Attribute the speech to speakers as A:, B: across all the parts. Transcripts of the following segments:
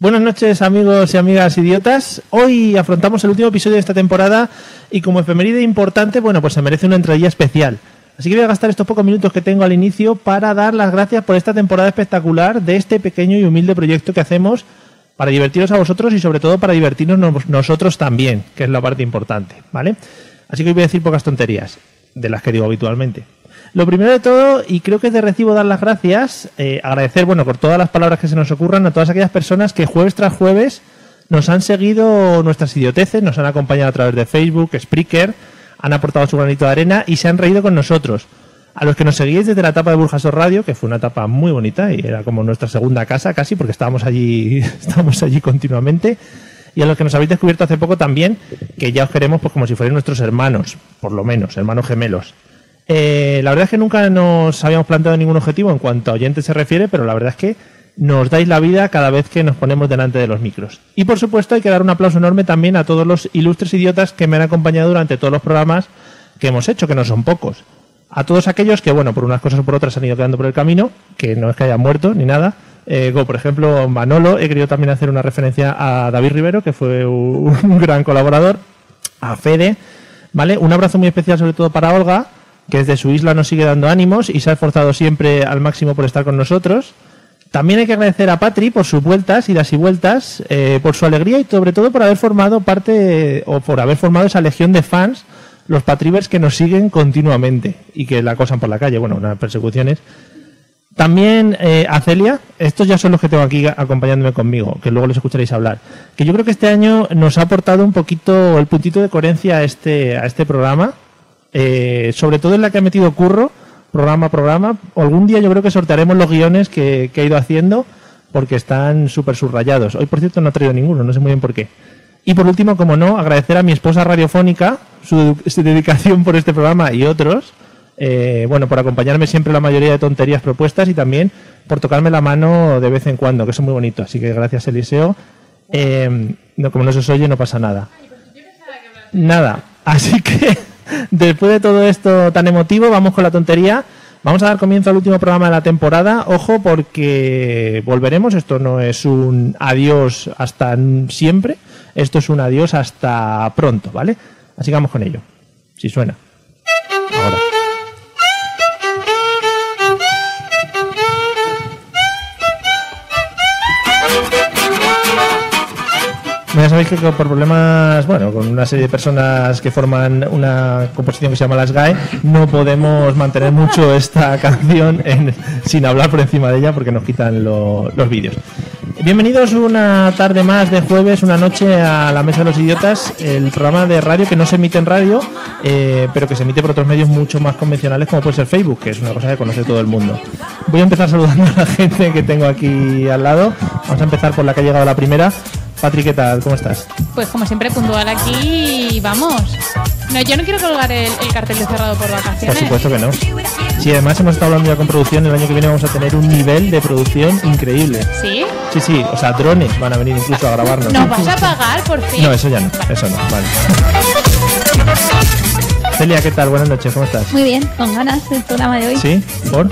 A: Buenas noches, amigos y amigas idiotas. Hoy afrontamos el último episodio de esta temporada y como efeméride importante, bueno, pues se merece una entradilla especial. Así que voy a gastar estos pocos minutos que tengo al inicio para dar las gracias por esta temporada espectacular de este pequeño y humilde proyecto que hacemos para divertiros a vosotros y sobre todo para divertirnos nos- nosotros también, que es la parte importante, ¿vale? Así que hoy voy a decir pocas tonterías, de las que digo habitualmente. Lo primero de todo, y creo que es de recibo dar las gracias, eh, agradecer, bueno, por todas las palabras que se nos ocurran a todas aquellas personas que jueves tras jueves nos han seguido nuestras idioteces, nos han acompañado a través de Facebook, Spreaker, han aportado su granito de arena y se han reído con nosotros. A los que nos seguíais desde la etapa de Burjasos Radio, que fue una etapa muy bonita y era como nuestra segunda casa casi, porque estábamos allí, estábamos allí continuamente. Y a los que nos habéis descubierto hace poco también, que ya os queremos pues como si fueran nuestros hermanos, por lo menos, hermanos gemelos. Eh, la verdad es que nunca nos habíamos planteado ningún objetivo en cuanto a oyentes se refiere, pero la verdad es que nos dais la vida cada vez que nos ponemos delante de los micros. Y por supuesto hay que dar un aplauso enorme también a todos los ilustres idiotas que me han acompañado durante todos los programas que hemos hecho, que no son pocos. A todos aquellos que, bueno, por unas cosas o por otras se han ido quedando por el camino, que no es que hayan muerto ni nada. Eh, como por ejemplo Manolo, he querido también hacer una referencia a David Rivero, que fue un un gran colaborador, a Fede, ¿vale? Un abrazo muy especial sobre todo para Olga, que desde su isla nos sigue dando ánimos y se ha esforzado siempre al máximo por estar con nosotros. También hay que agradecer a Patri por sus vueltas, idas y vueltas, eh, por su alegría y sobre todo por haber formado parte o por haber formado esa legión de fans, los Patrivers que nos siguen continuamente y que la acosan por la calle, bueno, unas persecuciones. También eh, a Celia, estos ya son los que tengo aquí acompañándome conmigo, que luego les escucharéis hablar. Que yo creo que este año nos ha aportado un poquito el puntito de coherencia a este, a este programa, eh, sobre todo en la que ha metido curro, programa a programa. Algún día yo creo que sortearemos los guiones que, que ha ido haciendo, porque están súper subrayados. Hoy, por cierto, no ha traído ninguno, no sé muy bien por qué. Y por último, como no, agradecer a mi esposa radiofónica su, edu- su dedicación por este programa y otros. eh, bueno, por acompañarme siempre en la mayoría de tonterías propuestas y también por tocarme la mano de vez en cuando, que eso es muy bonito. Así que gracias, Eliseo. Eh, no, como no se os oye, no pasa nada. Nada. Así que, después de todo esto tan emotivo, vamos con la tontería. Vamos a dar comienzo al último programa de la temporada. Ojo, porque volveremos. Esto no es un adiós hasta n- siempre. Esto es un adiós hasta pronto, ¿vale? Así que vamos con ello. Si suena. Ahora. Ya sabéis que por problemas, bueno, con una serie de personas que forman una composición que se llama Las GAE, no podemos mantener mucho esta canción en- sin hablar por encima de ella porque nos quitan lo- los vídeos. Bienvenidos una tarde más de jueves, una noche a la Mesa de los Idiotas, el programa de radio que no se emite en radio, eh, pero que se emite por otros medios mucho más convencionales como puede ser Facebook, que es una cosa que conoce todo el mundo. Voy a empezar saludando a la gente que tengo aquí al lado. Vamos a empezar por la que ha llegado la primera. Patrick, ¿qué tal? ¿Cómo estás?
B: Pues como siempre, puntual aquí y vamos. No, yo no quiero colgar el, el cartel de cerrado por
A: Por
B: vacaciones.
A: supuesto que no. Sí, además hemos estado hablando ya con producción, el año que viene vamos a tener un nivel de producción increíble.
B: ¿Sí?
A: Sí, sí, o sea, drones van a venir incluso a grabarnos.
B: ¿Nos vas a pagar por fin?
A: No, eso ya no, eso no, vale. Celia, ¿qué tal? Buenas noches, ¿cómo estás?
C: Muy bien, con ganas del programa de hoy.
A: ¿Sí? ¿Por?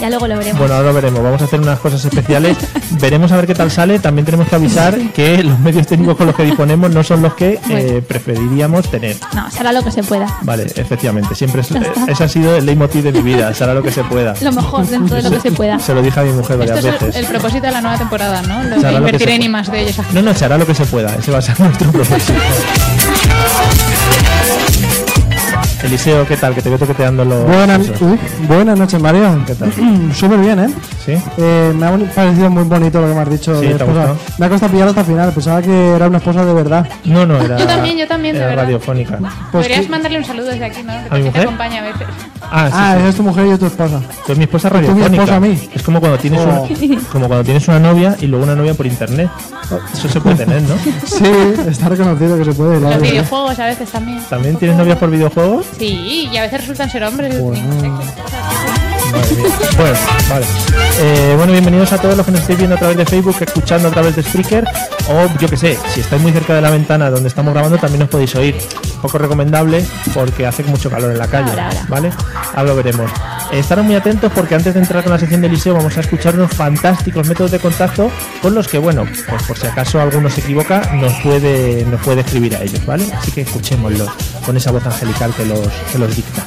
C: Ya luego lo veremos.
A: Bueno, ahora lo veremos. Vamos a hacer unas cosas especiales. Veremos a ver qué tal sale. También tenemos que avisar que los medios técnicos con los que disponemos no son los que eh, preferiríamos tener.
C: No, será lo que se pueda.
A: Vale, efectivamente. Siempre es- eh, ese ha sido el leitmotiv de mi vida. Será lo que se pueda.
C: Lo mejor dentro de lo que se pueda.
A: Se lo dije a mi mujer
B: Esto
A: varias
B: es el,
A: veces.
B: el propósito de la nueva temporada, ¿no? Lo
A: Será
B: de
A: lo que
B: invertir
A: se
B: en
A: pueda.
B: I más de ellos.
A: No, no, se hará lo que se pueda. Ese va a ser nuestro propósito. Eliseo, ¿qué tal? Que te veo toqueteando los.
D: Buenas,
A: esos.
D: uy, buenas noches, María.
A: ¿Qué tal?
D: Súper bien, ¿eh?
A: ¿Sí?
D: Eh, Me ha boni- parecido muy bonito lo que me has dicho.
A: Sí,
D: de
A: ¿te ha
D: esposa.
A: gustado?
D: Me ha costado pillar hasta el final. Pensaba que era una esposa de verdad.
A: No, no, era.
B: Yo también, yo también, de
A: era
B: verdad.
A: radiofónica.
D: Pues
B: Podrías
D: que-
B: mandarle un saludo desde aquí, ¿no? Que
A: mi
B: te
A: mujer?
B: acompaña a veces.
A: Ah, sí.
D: ah,
A: sí.
D: eres tu mujer y yo tu esposa.
A: Pues mi esposa es
D: Pues tú, mi
A: radiofónica.
D: esposa a mí.
A: Es como cuando tienes
D: Oh.
A: una, como cuando tienes una novia y luego una novia por internet. Eso se puede tener, ¿no?
D: Sí, está reconocido que se puede. la
B: Los
D: verdad.
B: videojuegos a veces también.
A: ¿También tienes novias por videojuegos?
B: Sí, y a veces resultan ser hombres.
A: Madre mía. Bueno, Pues, vale. Eh, bueno, bienvenidos a todos los que nos estáis viendo a través de Facebook, escuchando a través de Spreaker o yo que sé, si estáis muy cerca de la ventana donde estamos grabando también nos podéis oír. Poco recomendable porque hace mucho calor en la calle,
C: Ahora, ahora.
A: ¿vale? Ahora lo veremos. Eh, estaros muy atentos porque antes de entrar con la sección de liceo vamos a escuchar unos fantásticos métodos de contacto con los que, bueno, pues por si acaso alguno se equivoca, nos puede, nos puede escribir a ellos, ¿vale? Así que escuchémoslos con esa voz angelical que los, que los dicta.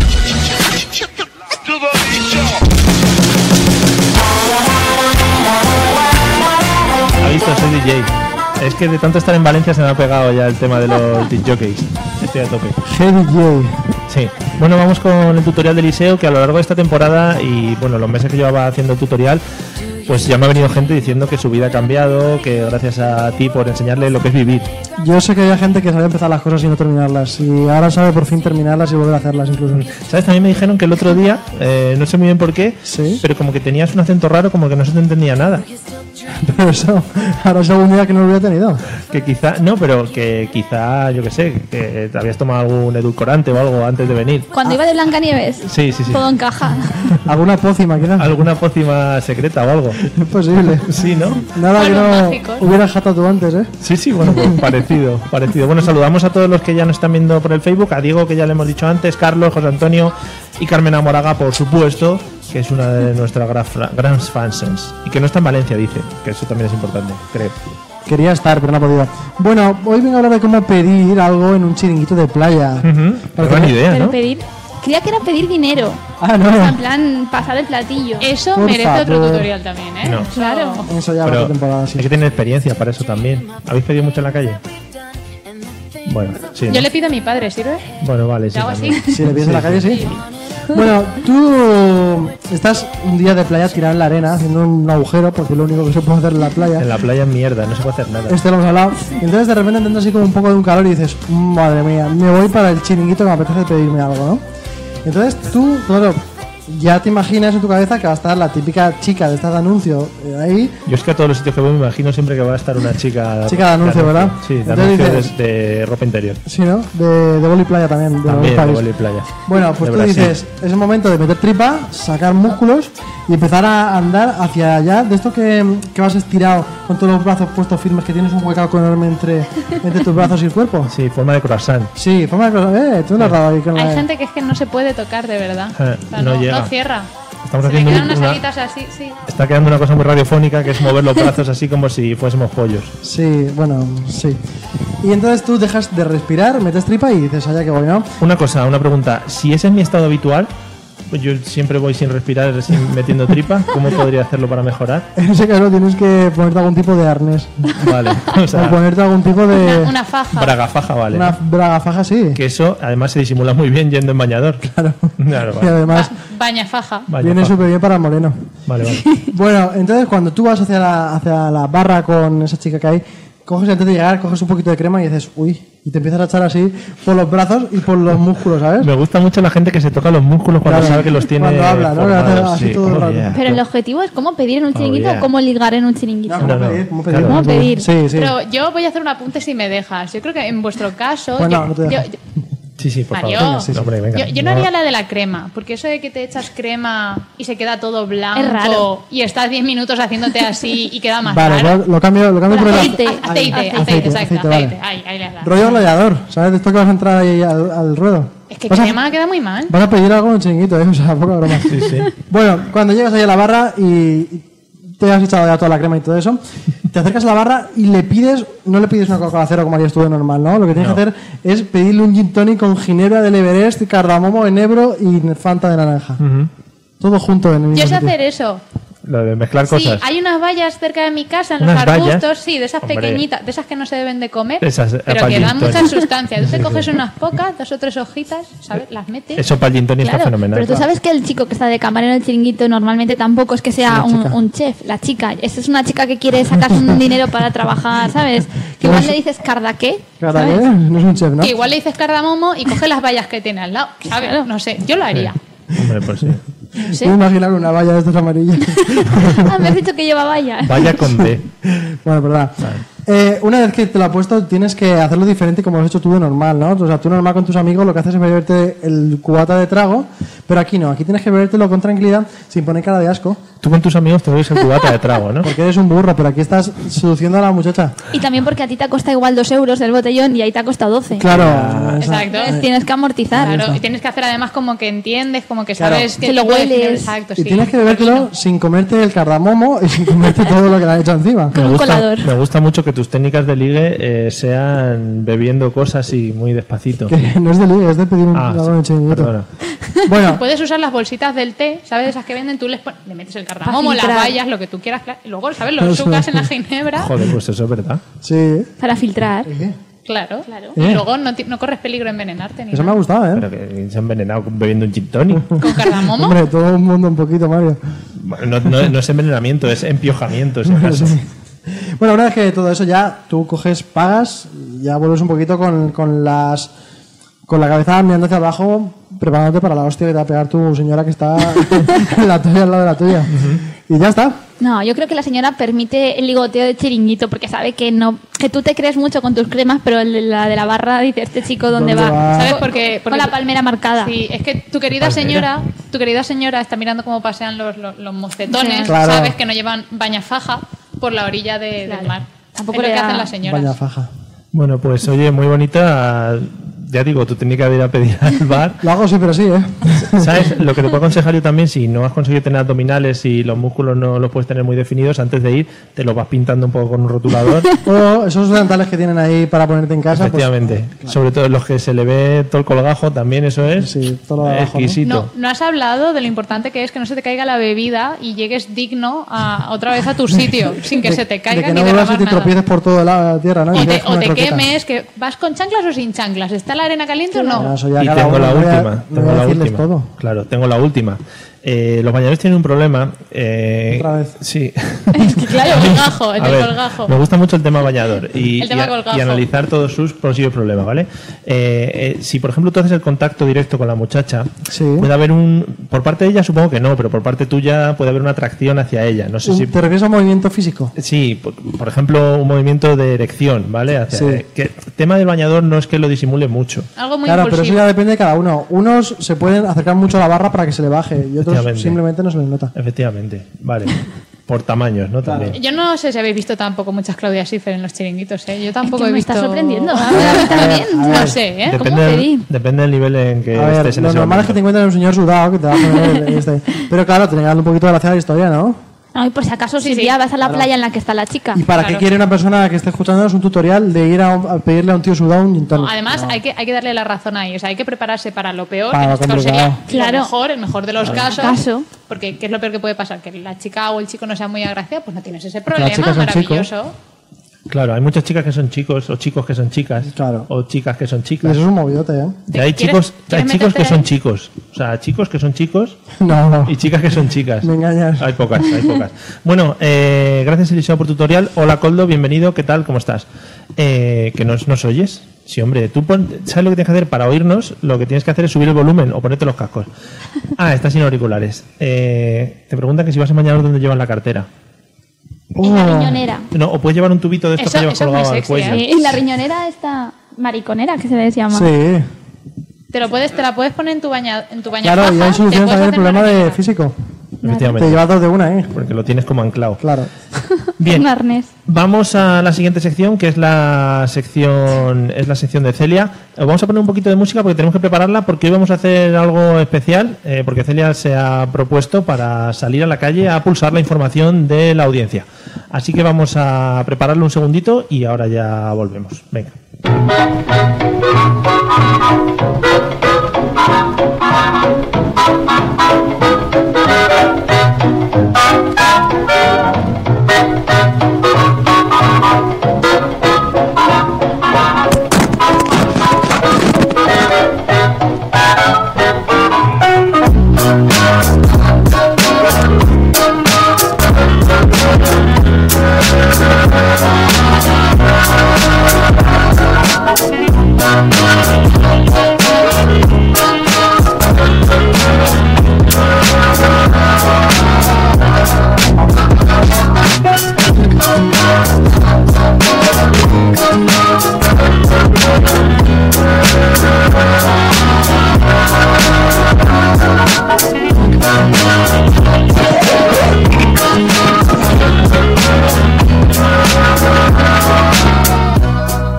A: Ha visto, soy DJ. Es que de tanto estar en Valencia se me ha pegado ya el tema de los disc jockeys. Estoy a tope.
D: Heavy J.
A: Sí. Bueno, vamos con el tutorial de Liceo, que a lo largo de esta temporada y bueno, los meses que llevaba haciendo el tutorial, pues ya me ha venido gente diciendo que su vida ha cambiado, que gracias a ti por enseñarle lo que es vivir.
D: Yo sé que había gente que sabía empezar las cosas y no terminarlas. Y ahora sabe por fin terminarlas y volver a hacerlas incluso.
A: ¿Sabes? También me dijeron que el otro día, eh, no sé muy bien por qué,
D: Sí.
A: pero como que tenías un acento raro, como que no se te entendía nada.
D: Pero eso, ahora es algún día que no lo hubiera tenido.
A: Que quizá, no, pero que quizá, yo qué sé, que te habías tomado algún edulcorante o algo antes de venir.
C: Cuando iba de Blancanieves,
A: Sí, sí, sí.
C: todo encaja.
D: Alguna pócima, quizás.
A: alguna pócima secreta o algo.
D: Es posible.
A: Sí, ¿no?
D: Nada que
B: Polvos
D: no
B: mágicos.
D: hubieras jatado tú antes, ¿eh?
A: Sí, sí, bueno, pues parecido, parecido. Bueno, saludamos a todos los que ya nos están viendo por el Facebook, a Diego que ya le hemos dicho antes, Carlos, José Antonio y Carmen Amoraga, por supuesto, que es una de nuestras gra- grandes fansens y que no está en Valencia, dice, que eso también es importante, creo.
D: Quería estar, pero no ha podido. Bueno, hoy vengo a hablar de cómo pedir algo en un chiringuito de playa.
A: No
D: Porque-
A: tengo ni idea,
C: Pero
A: ¿no?
C: pedir. Creía que era pedir dinero.
D: Ah,
C: En
D: no.
C: plan, pasar el platillo.
B: Eso
D: Por
B: merece otro
D: favor.
B: tutorial también, ¿eh?
A: No.
B: Claro.
D: Eso ya va
A: Pero
D: la temporada, sí.
A: hay que tener experiencia para eso también. ¿Habéis pedido mucho en la calle? Bueno, sí. ¿no?
B: Yo le pido a mi padre, ¿sirve?
A: Bueno, vale, sí.
B: hago
A: también.
B: así.
D: Si le pides en la calle, sí. Bueno, tú estás un día de playa tirado en la arena, haciendo un agujero, porque es lo único que se puede hacer en la playa.
A: En la playa mierda, no se puede hacer nada.
D: Este lo hemos hablado. Y entonces de repente entras así como un poco de un calor y dices, "Mm, madre mía, me voy para el chiringuito que me apetece pedirme algo, ¿no? Entonces tú, claro, ya te imaginas en tu cabeza que va a estar la típica chica de estas de anuncio eh, ahí.
A: Yo es que a todos los sitios que voy me imagino siempre que va a estar una chica.
D: Chica de anuncio, ¿verdad?
A: Sí, de
D: Entonces
A: anuncio
D: dices-
A: de, de ropa interior.
D: Sí, ¿no? De, de boli playa también. De
A: También
D: algún
A: de
D: país.
A: vóley playa.
D: Bueno,
A: De
D: pues tú
A: Brasil.
D: dices, es el momento de meter tripa, sacar músculos y empezar a andar hacia allá. De esto que, que vas estirado con todos los brazos puestos firmes, que tienes un huecaco enorme entre, entre tus brazos y el cuerpo.
A: Sí, forma de croissant.
D: Sí, forma de cosa. Eh, tú no has dado ahí con la.
B: Hay gente que es que no se puede tocar de verdad.
A: Eh,
B: O sea,
A: no llega.
B: cierra.
A: Estamos
B: Se le
A: haciendo
B: quedan
A: una-
B: unas alitas así, sí.
A: Está quedando una cosa muy radiofónica que es mover los brazos así como si fuésemos pollos.
D: Sí, bueno, sí. Y entonces tú dejas de respirar, metes tripa y dices, allá que voy, ¿no?
A: Una cosa, una pregunta. Si ese es mi estado habitual, pues yo siempre voy sin respirar, sin metiendo tripa, ¿cómo podría hacerlo para mejorar?
D: En ese caso tienes que ponerte algún tipo de arnés.
A: Vale, o
D: O
A: sea,
D: ponerte algún tipo de.
B: Una, una faja.
A: braga faja, vale.
D: una braga faja, sí.
A: Que eso además se disimula muy bien yendo en bañador. Claro. Claro,
D: Y
A: vale.
D: además
B: Baña faja.
A: Vaya
D: viene
A: faja.
D: súper bien para el moreno.
A: Vale, vale.
D: Bueno, entonces cuando tú vas hacia la, hacia la barra con esa chica que hay, coges antes de llegar, coges un poquito de crema y dices, uy, y te empiezas a echar así por los brazos y por los músculos, ¿sabes?
A: Me gusta mucho la gente que se toca los músculos cuando
D: Claro,
A: sabe que los tiene.
D: cuando habla, ¿no?
A: formados,
D: Hace así
A: sí.
D: todo el
A: Oh,
D: rato.
A: yeah.
C: Pero el objetivo es cómo pedir en un chiringuito
A: Oh, yeah.
C: o cómo ligar en un chiringuito.
D: No, ¿cómo
A: No, no,
D: pedir? ¿Cómo pedir?
A: claro.
C: ¿Cómo pedir?
D: Sí, sí.
B: Pero yo voy a hacer un apunte si me dejas. Yo creo que en vuestro caso.
D: Pues no,
B: yo-
D: no te dejo.
B: yo- yo-
A: Sí, sí, por
B: Mario,
A: favor.
B: Sí, sí.
A: No, hombre, venga.
B: yo, yo no haría la de la crema, porque eso de que te echas crema y se queda todo blanco
C: Es raro.
B: y estás 10 minutos haciéndote así y queda más
D: Vale,
B: raro.
D: lo, lo cambio, lo cambio por el
C: Aceite.
D: Ahí,
B: Aceite, aceite,
D: aceite,
B: exacto, aceite.
D: aceite, vale.
B: Ahí, ahí le has dado.
D: Rollo gladiador, ¿sabes? De esto que vas a entrar ahí al, al ruedo.
B: Es que
D: vas a-
B: crema queda muy mal.
D: Vas a pedir algo en un chinguito, ¿eh? O sea, poca broma.
A: Sí, sí.
D: Bueno, cuando llegas ahí a la barra y y te has echado ya toda la crema y todo eso, te acercas a la barra y le pides, no le pides una Coca-Cola cero como harías tú de normal, ¿no? Lo que tienes que hacer es pedirle un gin tonic con ginebra del Everest, cardamomo, enebro y fanta de naranja. Todo junto en el mismo
C: Yo sé
D: sitio.
C: hacer eso.
A: Lo de mezclar cosas.
C: Sí, hay unas vallas cerca de mi casa, en
A: ¿Unas
C: los
A: vallas?
C: arbustos, sí, de esas
A: Hombre.
C: pequeñitas, de esas que no se deben de comer,
A: Esas, eh,
C: pero que
A: pa'l
C: dan
A: gin
C: muchas
A: tonic.
C: sustancias. Tú te coges unas pocas, dos o tres hojitas, ¿sabes? Las metes.
A: Eso para el gin tonic está
C: Claro,
A: fenomenal.
C: pero tú sabes que el chico que está de camarero en el chiringuito normalmente tampoco es que sea un, un chef, la chica. Esa es una chica que quiere sacar un dinero para trabajar, ¿sabes? Que igual le dices cardaqué.
D: Claro,
C: ¿sabes?
D: ¿eh? No es un chef, ¿no?
B: Que igual le dices cardamomo y coge las vallas que tiene al lado, ¿sabes? No sé, yo lo haría.
A: Hombre, pues sí.
C: No sé.
D: Puedo imaginar una valla de estas amarillas.
C: Ah, me has dicho que lleva valla.
A: Vaya con B.
D: bueno, perdón. Eh, una vez que te lo ha puesto, tienes que hacerlo diferente como lo has hecho tú de normal, ¿no? O sea, tú normal con tus amigos lo que haces es beberte el cubata de trago, pero aquí no, aquí tienes que bebértelo con tranquilidad, sin poner cara de asco,
A: Tú con tus amigos te bebes el cubata de trago, ¿no?
D: porque eres un burro, pero aquí estás seduciendo a la muchacha.
C: Y también porque a ti te cuesta igual dos euros el botellón y ahí te ha costado 12.
D: Claro, esa-
B: Exacto.
C: Entonces tienes que amortizar.
B: Claro, y tienes que hacer además como que entiendes, como que
D: Claro.
B: sabes que
C: Que lo
B: puedes tener-
C: hueles.
B: Exacto,
D: Y
B: sí.
D: tienes que bebértelo sin comerte el cardamomo y sin comerte todo lo que le han hecho encima.
C: Con un colador.
A: me gusta mucho que tus técnicas de ligue eh, sean bebiendo cosas y muy despacito.
D: Que no es de liga, es de pedir un
A: Ah,
D: trago en el
A: sí,
D: chiringuito.
A: perdona.
D: Bueno,
B: Puedes usar las bolsitas del té, ¿sabes? Esas que venden, tú les pon- le metes el cardamomo,
C: Pa'
B: las
C: filtrar.
B: vallas, lo que tú quieras. claro. Y luego, ¿sabes? Lo sucas en la ginebra.
A: Joder, pues eso es verdad.
D: sí,
C: Para filtrar.
B: Claro.
D: Eh.
B: Y luego no, ti- no corres peligro de envenenarte ni
D: eso me
B: nada.
D: ha gustado, ¿eh?
A: Pero que se ha envenenado bebiendo un gin tonic.
B: Con cardamomo.
D: Hombre, todo el mundo un poquito, Mario.
A: Bueno, No, no- no es envenenamiento, es empiojamiento, si acaso.
D: Bueno, una vez que todo eso ya tú coges, pagas, y ya vuelves un poquito con, con las con la cabeza mirando hacia abajo, preparándote para la hostia que te va a pegar tu señora que está en la tuya al lado de la tuya. Y ya está.
C: No, yo creo que la señora permite el ligoteo de chiringuito porque sabe que no que tú te crees mucho con tus cremas, pero el de la de la barra dice este chico dónde,
D: ¿Dónde va?
C: va?
B: ¿Sabes por qué?
C: Con
B: Porque-
C: la palmera marcada.
B: Sí, es que tu querida
A: Palmera.
B: señora, tu querida señora está mirando cómo pasean los, los, los mocetones,
C: Sí.
D: Claro.
B: ¿sabes? Que no llevan bañafaja por la orilla de-
C: Claro.
B: del mar.
C: Tampoco
B: Tampoco es lo
C: le
B: que
C: da-
B: hacen las señoras.
D: Vaya faja.
A: Bueno, pues oye, muy bonita. Ya digo, tú tenías que ir a pedir al bar.
D: Lo hago sí, pero sí, ¿eh?
A: ¿Sabes? Lo que te puedo aconsejar yo también, si no has conseguido tener abdominales y los músculos no los puedes tener muy definidos, antes de ir te los vas pintando un poco con un rotulador.
D: O esos delantales que tienen ahí para ponerte en casa. pues,
A: Efectivamente. Sobre todo los que se le ve todo el colgajo, también eso es
D: Sí, todo lo de abajo, ¿no?
A: exquisito.
B: No, no has hablado de lo importante que es que no se te caiga la bebida y llegues digno a, otra vez a tu sitio sin que
D: de-
B: se te
D: de
B: caiga
D: que
B: ni
D: no vuelvas y
B: derramar
D: te
B: nada.
D: tropieces por toda la tierra, ¿no? Y
B: O
D: quedes
B: te,
D: como
B: o
D: una
B: te
D: croqueta.
B: quemes, que vas con chanclas o sin chanclas. ¿Está la arena caliente o
D: Bueno,
B: no?
D: eso ya
A: y
D: cada
A: tengo
D: uno,
A: la
D: no voy a-
A: última.
D: no
A: tengo
D: voy a
A: la
D: decirles
A: última.
D: todo.
A: Claro, tengo la última. Eh, los bañadores tienen un problema. eh,
D: Otra vez.
A: Sí.
B: Claro, el colgajo, el
A: A
B: del
A: ver,
B: colgajo.
A: Me gusta mucho el tema bañador y,
B: El tema
A: y a-
B: colgajo.
A: y analizar todos sus posibles problemas, ¿vale? Eh, eh, si, por ejemplo, tú haces el contacto directo con la muchacha,
D: Sí.
A: puede haber un. Por parte de ella, supongo que no, pero por parte tuya puede haber una atracción hacia ella. No sé si.
D: ¿Te refieres a un movimiento físico?
A: Sí, por, por ejemplo, un movimiento de erección, ¿vale? Hacia-
D: Sí.
A: que, el tema del bañador no es que lo disimule mucho.
B: Algo muy
D: claro, pero eso
B: impulsivo.
D: ya depende de cada uno. Unos se pueden acercar mucho a la barra para que se le baje y otros
A: Efectivamente.
D: simplemente no se les nota.
A: Efectivamente, vale. Por tamaños, ¿no? También.
B: Yo no sé si habéis visto tampoco muchas Claudia Schiffer en los chiringuitos, ¿eh? Yo tampoco
C: que
B: he
C: me
B: visto...
C: está sorprendiendo. A ver, a mí también.
B: No sé, ¿eh?
A: Depende,
C: te
A: del-
C: di?
A: depende del nivel en que
D: A ver,
A: estés Eh, este en
D: lo
A: ese
D: normal es
A: momento.
D: que te encuentres un señor sudado que te va a poner el- este. Pero claro, te que darle un poquito de gracia a la historia, ¿no?
C: Ay, por si acaso,
B: Sí,
C: si
B: sí.
C: ya vas a la playa en la que está la chica.
D: ¿Y para qué quiere una persona que esté escuchándonos un tutorial de ir a, un- a pedirle a un tío sudado un gin tonic?
B: Además, hay, que, hay que darle la razón ahí. O sea, hay que prepararse para lo peor.
D: Para
B: en
D: lo
B: este caso sería
D: complicado.
C: Claro.
B: lo mejor, el mejor de los casos.
C: Caso.
B: Porque, ¿qué es lo peor que puede pasar? Que la chica o el chico no sea muy agraciado, pues no tienes ese problema
D: chica es un chico.
B: maravilloso.
A: Claro, hay muchas chicas que son chicos, o chicos que son chicas,
D: Claro.
A: o chicas que son
D: Y
A: chicas.
D: Eso es un movidote, ¿eh?
A: Y hay
B: ¿Quieres-
A: chicos, hay
B: quieres
A: chicos que
B: meterte
A: son
B: ahí?
A: chicos. O sea, chicos que son chicos
D: No, no.
A: y chicas que son chicas.
D: Me engañas.
A: Hay pocas, hay pocas. Bueno, eh, gracias Eliseo por tu tutorial. Hola Coldo, bienvenido, ¿qué tal? ¿Cómo estás? Eh, ¿Que nos, nos oyes? Sí, hombre, tú pon- sabes lo que tienes que hacer para oírnos, lo que tienes que hacer es subir el volumen o ponerte los cascos. Ah, estás sin auriculares. Eh, te preguntan que si vas a mañana dónde llevas la cartera.
C: En la riñonera.
A: No, o puedes llevar un tubito de estos
B: Eso-
A: que llevas
B: eso es muy
A: colgado al
B: sexy,
A: cuello.
B: ¿eh?
C: Eh, En la riñonera está mariconera, que se les llama.
D: Sí.
B: Te, lo puedes, te la puedes poner en tu, baña, en tu bañafaja.
D: Claro, y hay
B: te puedes
D: soluciones también al
B: hacer
D: problema de
B: maravilla.
D: físico. Te
A: efectivamente.
D: llevas dos de una, ¿eh?
A: Porque lo tienes como anclado.
D: Claro.
A: Bien.
E: Un arnés.
A: Vamos a la siguiente sección, que es la sección es la sección de Celia. Eh, Vamos a poner un poquito de música porque tenemos que prepararla porque hoy vamos a hacer algo especial eh, porque Celia se ha propuesto para salir a la calle a pulsar la información de la audiencia. Así que vamos a prepararlo un segundito y ahora ya volvemos. Venga.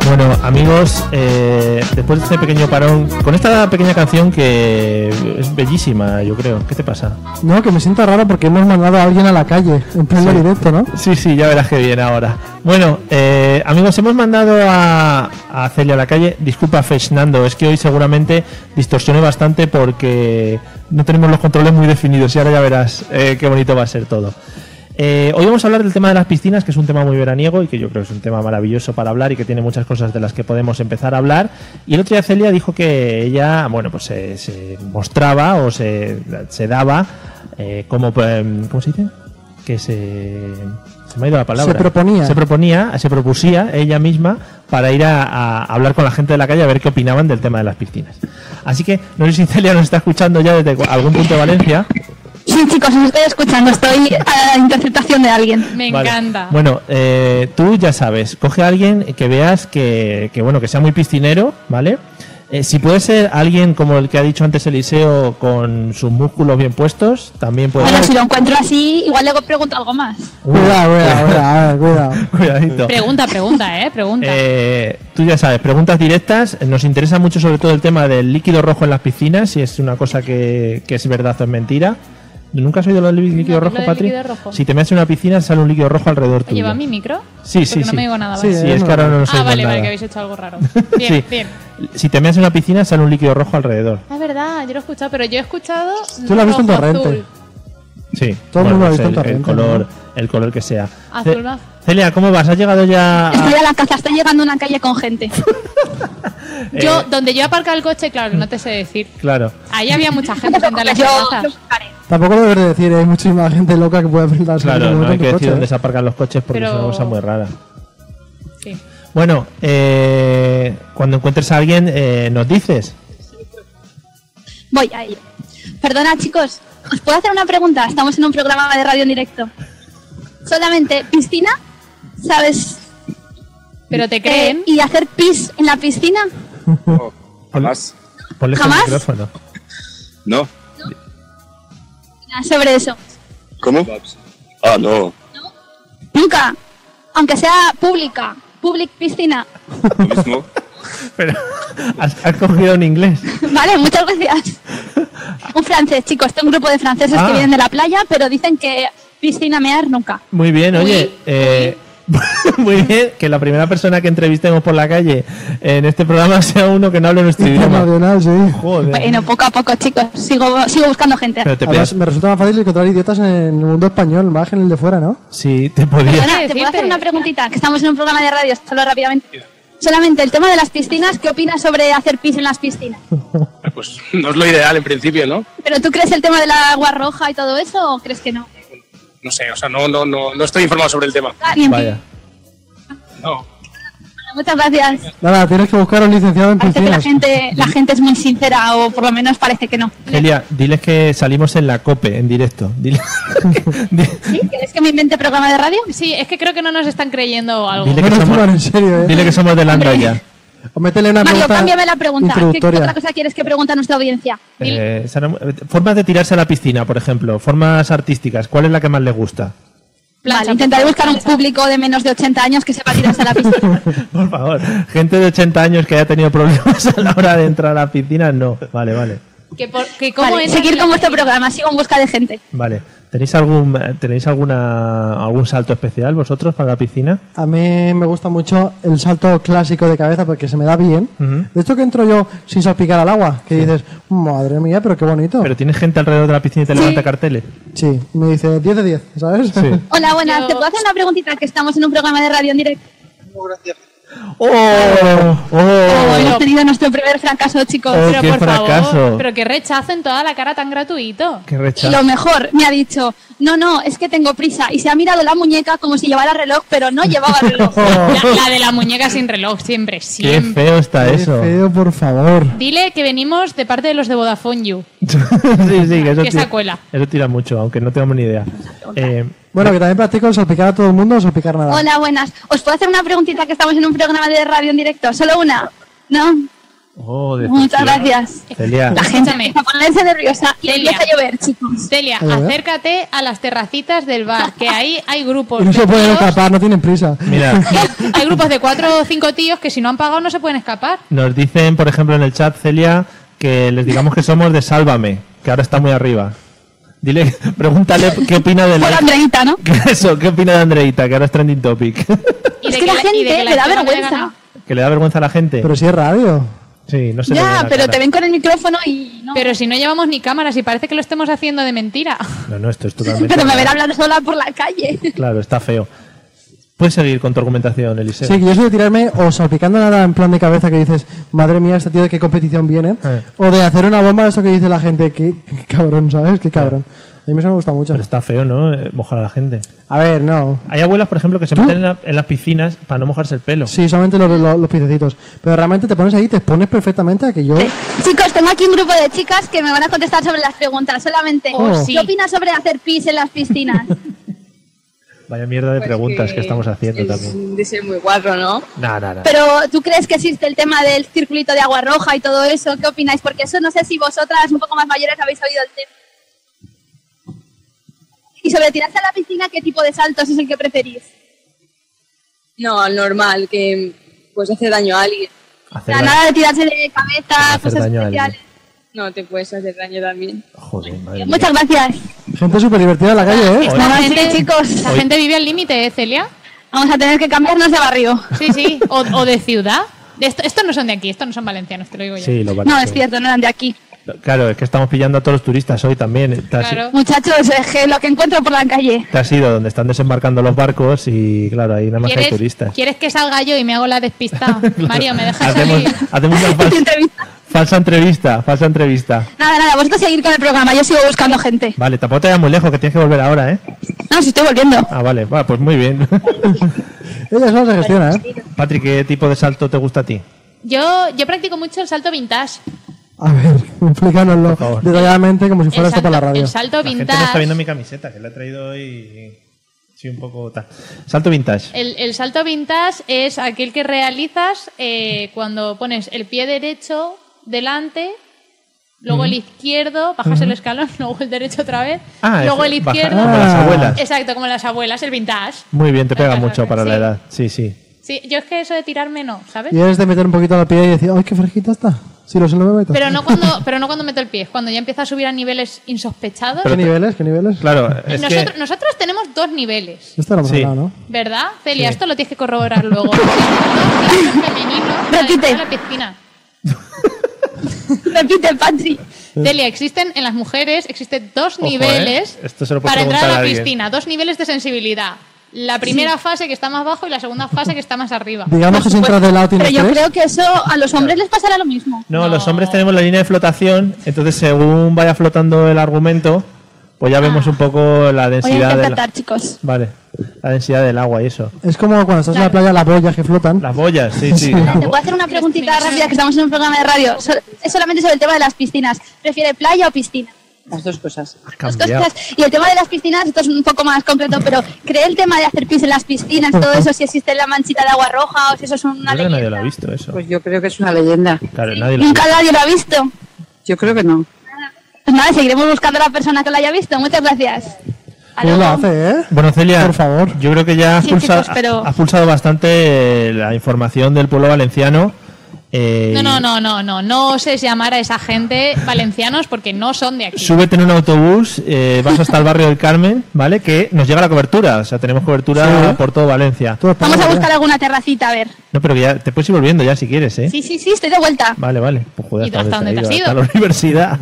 A: Bueno, amigos, eh, después de este pequeño parón, con esta pequeña canción que es bellísima, yo creo. ¿Qué te pasa?
D: No, que me siento raro porque hemos mandado a alguien a la calle en pleno
A: Sí.
D: directo, ¿no?
A: Sí, sí, ya verás que bien ahora. Bueno, eh, amigos, hemos mandado a, a Celia a la calle. Disculpa, Fernando, es que hoy seguramente distorsioné bastante porque no tenemos los controles muy definidos y ahora ya verás eh, qué bonito va a ser todo. Eh, hoy vamos a hablar del tema de las piscinas, que es un tema muy veraniego y que yo creo que es un tema maravilloso para hablar y que tiene muchas cosas de las que podemos empezar a hablar. Y el otro día Celia dijo que ella, bueno, pues se, se mostraba o se, se daba eh, como, eh, ¿cómo se dice? que se, se me ha ido la palabra.
D: Se proponía.
A: Se proponía, se propusía ella misma para ir a, a hablar con la gente de la calle a ver qué opinaban del tema de las piscinas. Así que no sé si Celia nos está escuchando ya desde cu- algún punto de Valencia.
C: Sí, chicos, os estoy escuchando, estoy a la interpretación de alguien.
B: Me
A: Vale.
B: encanta.
A: Bueno, eh, tú ya sabes, coge a alguien que veas que, que, bueno, que sea muy piscinero, ¿vale? Eh, si puede ser alguien como el que ha dicho antes Eliseo con sus músculos bien puestos, también puede
C: Bueno,
A: ser.
C: si lo encuentro así, igual luego pregunto algo más.
D: Cuidado, cuidado, cuidado, cuidado.
A: Cuidadito.
B: Pregunta, pregunta, ¿eh? Pregunta.
A: Eh, tú ya sabes, preguntas directas. Nos interesa mucho sobre todo el tema del líquido rojo en las piscinas, si es una cosa que, que es verdad o es mentira. ¿Nunca has oído lo del líquido
B: No,
A: rojo,
B: lo del
A: Patri?
B: líquido rojo.
A: Si te metes en una piscina, sale un líquido rojo alrededor tuyo.
B: ¿Lleva mi micro?
A: Sí, sí,
B: Porque
A: sí.
B: no me digo nada,
D: Sí,
B: ¿vale?
A: Sí, es que ahora no nos
B: ah,
A: oímos
B: vale, vale,
A: nada.
B: que habéis hecho algo raro. Bien,
A: Sí.
B: bien.
A: Si te metes en una piscina, sale un líquido rojo alrededor.
B: Ah, Es verdad, yo lo he escuchado, pero yo he escuchado.
D: Tú lo has visto en
B: rojo,
D: torrente.
B: azul.
A: Sí.
D: Todo el mundo
A: pues
D: ha visto
A: el,
D: el
A: el
D: torrente,
A: color,
D: ¿no?
A: el color que sea.
B: Azul,
A: Ce-
B: ¿no?
A: Celia, ¿cómo vas? ¿Has llegado ya? a-
C: Estoy a la caza, estoy llegando a una calle con gente. Eh.
B: Yo, donde yo he aparcado el coche, claro, que no te sé decir.
A: Claro.
B: Ahí había mucha gente sentada en las
C: Yo lo
B: terrazas.
C: buscaré.
D: Tampoco lo debes de decir, ¿eh? hay muchísima gente loca que puede presentarse. en
A: Claro,
D: cualquier
A: no hay que
D: momento en tu
A: decir
D: coche,
A: dónde
D: ¿eh?
A: se aparcan los coches porque es
B: Pero-
A: una cosa muy rara.
B: Sí.
A: Bueno, eh, cuando encuentres a alguien, eh, nos dices.
C: Voy a ello. Perdona, chicos, ¿os puedo hacer una pregunta? Estamos en un programa de radio en directo. Solamente piscina, ¿sabes?
B: Pero te
C: Eh,
B: creen.
C: y hacer pis en la piscina.
F: Jamás.
A: Ponles
C: ¿Jamás?
A: el micrófono.
F: No.
C: Nada Sobre eso.
F: ¿Cómo? Ah, no.
C: Nunca. Aunque sea pública. Public piscina.
F: Lo mismo.
A: Pero has, has cogido un inglés.
C: Vale, muchas gracias. Un francés, chicos. Este un grupo de franceses
A: Ah.
C: que vienen de la playa, pero dicen que piscina mear nunca.
A: Muy bien, oye. eh, muy bien, que la primera persona que entrevistemos por la calle en este programa sea uno que no hable nuestro
D: Qué
A: idioma.
D: marionado, sí.
A: Joder.
C: Bueno, poco a poco, chicos. Sigo, sigo buscando gente.
A: Pero te
D: Además,
A: podías,
D: me resulta más fácil encontrar idiotas en el mundo español, más que en el de fuera, ¿no?
A: sí, te podías.
C: Perdona,
B: ¿Qué
C: te puedo
B: decirte?
C: hacer una preguntita, que estamos en un programa de radio, solo rápidamente. Solamente el tema de las piscinas, ¿qué opinas sobre hacer pis en las piscinas?
F: Pues no es lo ideal en principio, ¿no?
C: ¿Pero tú crees el tema del agua roja y todo eso o crees que no?
F: No sé, o sea, no, no, no, no estoy informado sobre el tema.
C: Ah, bien,
A: Vaya.
F: No.
C: Muchas gracias.
D: Nada, tienes que buscar a un licenciado en
C: Parece que la
D: piscinas.
C: gente, la gente es muy sincera o por lo menos parece que no.
A: Celia, diles que salimos en la COPE, en directo. Dile- di-
C: ¿Sí? ¿Quieres que me invente programa de radio?
B: Sí, es que creo que no nos están creyendo o algo.
A: dile,
D: No
A: que
D: nos toman en
A: somos,
D: serio, ¿eh?
A: dile que somos de Landa ya.
D: O métele una
C: Mario,
D: pregunta
C: cámbiame la pregunta. ¿Qué, qué
D: introductoria.
C: otra cosa quieres que pregunte a nuestra audiencia?
A: Eh, esa no mu- eh, formas de tirarse a la piscina, por ejemplo, formas artísticas, ¿cuál es la que más le gusta?
C: Vale, intentaré buscar un público de menos de 80 años que sepa tirarse a la piscina.
A: Por favor, gente de 80 años que haya tenido problemas a la hora de entrar a la piscina, no. Vale, vale.
B: Que por- que cómo
C: Vale,
B: entras en
C: seguir
B: la
C: con vuestro
B: piscina.
C: programa, sigo en busca de gente.
A: Vale. ¿Tenéis algún eh, tenéis alguna algún salto especial vosotros para la piscina?
D: A mí me gusta mucho el salto clásico de cabeza porque se me da bien.
A: Ujú.
D: De esto que entro yo sin salpicar al agua, que dices, madre mía, pero qué bonito.
A: Pero tienes gente alrededor de la piscina y te levanta carteles.
D: Sí, me dice 10 de 10, ¿sabes?
C: Hola, buenas. ¿Te puedo hacer una preguntita? Que estamos en un programa de radio en directo.
A: ¡Oh! ¡Oh!
C: Hemos tenido nuestro primer fracaso, chicos.
A: Oh,
B: Pero
A: qué
B: por
A: fracaso.
B: favor, pero que rechazo en toda la cara tan gratuito.
A: ¡Qué
C: Y
A: rechazo!
C: lo mejor, me ha dicho, no, no, es que tengo prisa. Y se ha mirado la muñeca como si llevara reloj, pero no llevaba reloj.
B: La, la de la muñeca sin reloj, siempre,
A: ¡Qué
B: siempre.
A: feo está
D: Qué
A: eso!
D: feo, por favor.
B: Dile que venimos de parte de los de Vodafone You.
A: sí, sí, que eso,
B: Que se
A: tira,
B: cuela.
A: eso tira mucho, aunque no tengamos ni idea. Eh,
D: Bueno, que también practico el salpicar a todo el mundo o salpicar nada.
C: Hola, buenas. ¿Os puedo hacer una preguntita que estamos en un programa de radio en directo? Solo una. No,
A: oh,
C: muchas
A: decepción.
C: gracias.
A: Celia,
C: La gente
B: Escúchame.
C: empieza a ponerse nerviosa y
B: Celia.
C: empieza a llover, chicos.
B: Celia,
D: A ver.
B: acércate a las terracitas del bar, que ahí hay grupos.
D: Y no
B: de
D: se pueden
B: tíos-
D: escapar, no tienen prisa.
A: mira,
B: Hay grupos de cuatro o cinco tíos que si no han pagado no se pueden escapar.
A: nos dicen, por ejemplo, en el chat, Celia, que les digamos que somos de Sálvame, que ahora está muy arriba. Dile, pregúntale qué opina de
C: Hola,
A: la...
C: Andreita, ¿no?
A: ¿Qué eso? ¿Qué opina de Andreita, que ahora es trending topic?
B: Y
C: Es
B: de
C: que la
B: y de
C: gente
B: que la
C: le da
B: gente no
C: vergüenza.
B: gana.
A: ¿Que le da vergüenza a la gente?
D: Pero si es radio.
A: sí, no se le ve
C: Ya,
A: la
C: pero
A: cara.
C: te ven con el micrófono y no.
B: Pero si no llevamos ni cámaras y parece que lo estemos haciendo de mentira.
A: No, no, esto es totalmente...
C: Pero me verá hablar sola por la calle.
A: Claro, está feo. Puedes seguir con tu argumentación, Eliseo.
D: Sí, que yo soy de tirarme o salpicando nada en plan de cabeza que dices, madre mía, este tío de qué competición viene.
A: Eh.
D: O de hacer una bomba, eso que dice la gente, qué, qué cabrón, ¿sabes? Qué cabrón. A mí eso me gusta mucho.
A: Pero está feo, ¿no? Eh, Mojar a la gente.
D: A ver, no.
A: Hay abuelas, por ejemplo, que se meten en, la- en las piscinas para no mojarse el pelo.
D: Sí, solamente los, los, los piececitos. Pero realmente te pones ahí, te expones perfectamente a que yo.
C: Chicos, tengo aquí un grupo de chicas que me van a contestar sobre las preguntas. Solamente,
B: Oh, sí.
C: ¿qué opinas sobre hacer pis en las piscinas?
A: Vaya mierda de preguntas que, estamos haciendo también.
F: De ser muy guarro, ¿no?
A: Nah, nah, nah.
C: Pero ¿tú crees que existe el tema del circulito de agua roja y todo eso? ¿Qué opináis? Porque eso no sé si vosotras un poco más mayores habéis oído el tema. Y sobre tirarse a la piscina, ¿qué tipo de saltos es el que preferís?
F: No, normal, que pues hace daño a alguien.
C: O
A: Hacer
C: sea,
A: la-
C: nada de tirarse de cabeza,
A: Hacer
C: cosas
A: daño a alguien.
C: especiales.
F: No, te puedes hacer daño también.
A: Joder, madre mía.
C: Muchas gracias.
D: Gente súper divertida en la calle, ¿eh?
A: Oye.
C: Nada, sí, chicos.
B: La gente vive al límite, ¿eh, Celia?
C: Vamos a tener que cambiarnos de barrio.
B: Sí, sí. O, o de ciudad. De esto- estos no son de aquí, estos no son valencianos, te lo digo yo.
A: Sí, lo vale.
C: No, es cierto, no eran de aquí.
A: Claro, es que estamos pillando a todos los turistas hoy también. Te has,
B: Claro.
C: Muchachos, es que lo que encuentro por la calle.
A: te has ido donde están desembarcando los barcos y, claro, ahí nada más hay
B: ¿Quieres,
A: turistas.
B: quieres que salga yo y me hago la despistada? Mario, ¿me dejas
A: hacemos,
B: salir?
A: hacemos una
C: Esta
A: falsa,
C: entrevista.
A: falsa entrevista, falsa entrevista.
C: Nada, nada, vosotros seguir con el programa, yo sigo buscando gente.
A: Vale, tampoco te vayas muy lejos, que tienes que volver ahora, ¿eh?
C: No, si estoy volviendo.
A: Ah, vale, va, pues muy bien.
D: Ella solo se gestiona, ¿eh?
A: Patrick, ¿qué tipo de salto te gusta a ti?
B: Yo, yo practico mucho el salto vintage.
D: A ver, explícanoslo
A: favor.
D: detalladamente como si
B: El
D: fuera esto
B: salto-
D: para la radio.
B: El
A: La
B: salto
A: gente no está
B: vintage.
A: viendo mi camiseta, que la he traído hoy. Sí, un poco tal. Salto vintage.
B: El, el salto vintage es aquel que realizas eh, cuando pones el pie derecho delante, luego el izquierdo, bajas el escalón, luego el derecho otra vez,
A: Ah,
B: luego
A: es-
B: el
A: baja-
B: izquierdo.
A: como las abuelas.
B: Exacto, como las abuelas, el vintage.
A: Ah. Muy bien, te pega mucho para la
B: Sí.
A: edad. Sí, sí.
B: Sí, yo es que eso de tirarme no, ¿sabes?
D: Y eres de meter un poquito la piel y decir, ¡ay, qué fresquita está! Si lo sé, no me meto.
B: Pero no cuando, pero no cuando meto el pie, es cuando ya empieza a subir a niveles insospechados.
D: ¿Qué niveles? ¿Qué niveles?
A: Claro, es
B: nosotros,
A: que.
B: nosotros tenemos dos niveles,
D: Esto lo hemos
A: Sí.
D: hablado, ¿no?
B: ¿verdad? Celia,
A: Sí.
B: esto lo tienes que corroborar luego. Dos clases femeninos para
C: Repite.
B: entrar a la piscina.
C: Repite, Patri.
B: Celia, existen en las mujeres, existen dos
A: Ojo,
B: niveles
A: ¿eh? Esto se lo puedes
B: para entrar a la
A: preguntar a alguien.
B: piscina, dos niveles de sensibilidad. La primera fase que está más bajo y la segunda fase que está más arriba.
D: Digamos que si entras de lado
C: Pero
D: tienes
C: yo
D: tres.
C: creo que eso a los hombres les pasará lo mismo.
A: No, los hombres tenemos la línea de flotación, entonces según vaya flotando el argumento, pues ya
B: Ah.
A: vemos un poco la
C: Voy a
A: densidad del.
C: intentar, chicos.
A: Vale, la densidad del agua y eso.
D: Es como cuando estás en la playa, las boyas que flotan.
A: Las boyas, sí, sí.
C: Vale, Te puedo hacer una preguntita rápida que estamos en un programa de radio. So- es solamente sobre el tema de las piscinas. ¿Prefiere playa o piscina?
G: Las dos cosas.
C: Las cosas. Y el tema de las piscinas, esto es un poco más concreto, pero ¿cree el tema de hacer pis en las piscinas, todo eso, si existe la manchita de agua roja o si eso es una
A: Yo creo que
C: leyenda?
A: nadie lo ha visto eso.
G: Pues yo creo que es una leyenda.
A: Claro, nadie lo ha
C: Nunca
A: visto.
C: nadie lo ha visto.
G: Yo creo que no.
C: Pues nada, seguiremos buscando a la persona que lo haya visto. Muchas gracias. Hasta
D: ¿Cómo lo
C: luego.
D: hace, eh?
A: Bueno, Celia,
D: Por favor.
A: yo creo que ya has,
C: Sí,
A: pulsa-
C: chicos, pero-
A: has pulsado bastante eh, la información del pueblo valenciano. eh,
B: No, no,
A: y
B: no, no, no. No oses llamar a esa gente valencianos porque no son de aquí.
A: Súbete en un autobús, eh, vas hasta el barrio del Carmen, ¿vale? Que nos llega la cobertura, o sea, tenemos cobertura
D: Sí.
A: por todo Valencia.
D: Tú ¿eh?
C: Vamos a
D: espera,
C: buscar alguna terracita, a ver.
A: No, pero que ya te puedes ir volviendo ya si quieres, ¿eh?
C: Sí, sí, sí, estoy de vuelta.
A: Vale, vale. Pues joder,
B: ¿Y tú hasta
A: dónde
B: dónde te has
A: ido?
B: ido?
A: Hasta la universidad.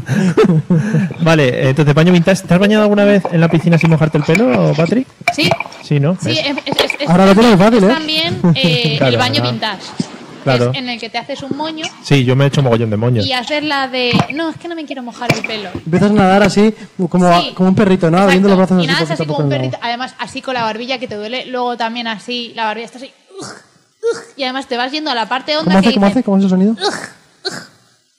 A: vale, eh, entonces, baño vintage. ¿Te has bañado alguna vez en la piscina sin mojarte el pelo, Patrick?
B: Sí,
A: Sí, ¿no? Pues
B: sí, eh.
A: ¿Ves?
B: es, es- es-
D: Ahora lo tienes fácil,
B: es
D: ¿eh?
B: también eh,
A: Claro,
B: el baño
A: ¿verdad?
B: vintage. que
A: Claro.
B: Es en el que te haces un moño
A: Sí, yo me he hecho mogollón de moños.
B: y haces la de. No, es que no me quiero mojar el pelo.
D: Empiezas a nadar así, como,
B: Sí.
D: como un perrito, ¿no?
B: Exacto.
D: Abriendo los brazos
B: y
D: así.
B: nada, es
D: poquito
B: así
D: a
B: como
D: poco
B: un
D: en el
B: perrito.
D: agua.
B: Además, así con la barbilla que te duele. Luego también así, la barbilla está así. ugh, ugh, y además te vas yendo a la parte honda
D: ¿Cómo hace,
B: que
D: cómo hace?
B: dices,
D: ¿Cómo es el sonido?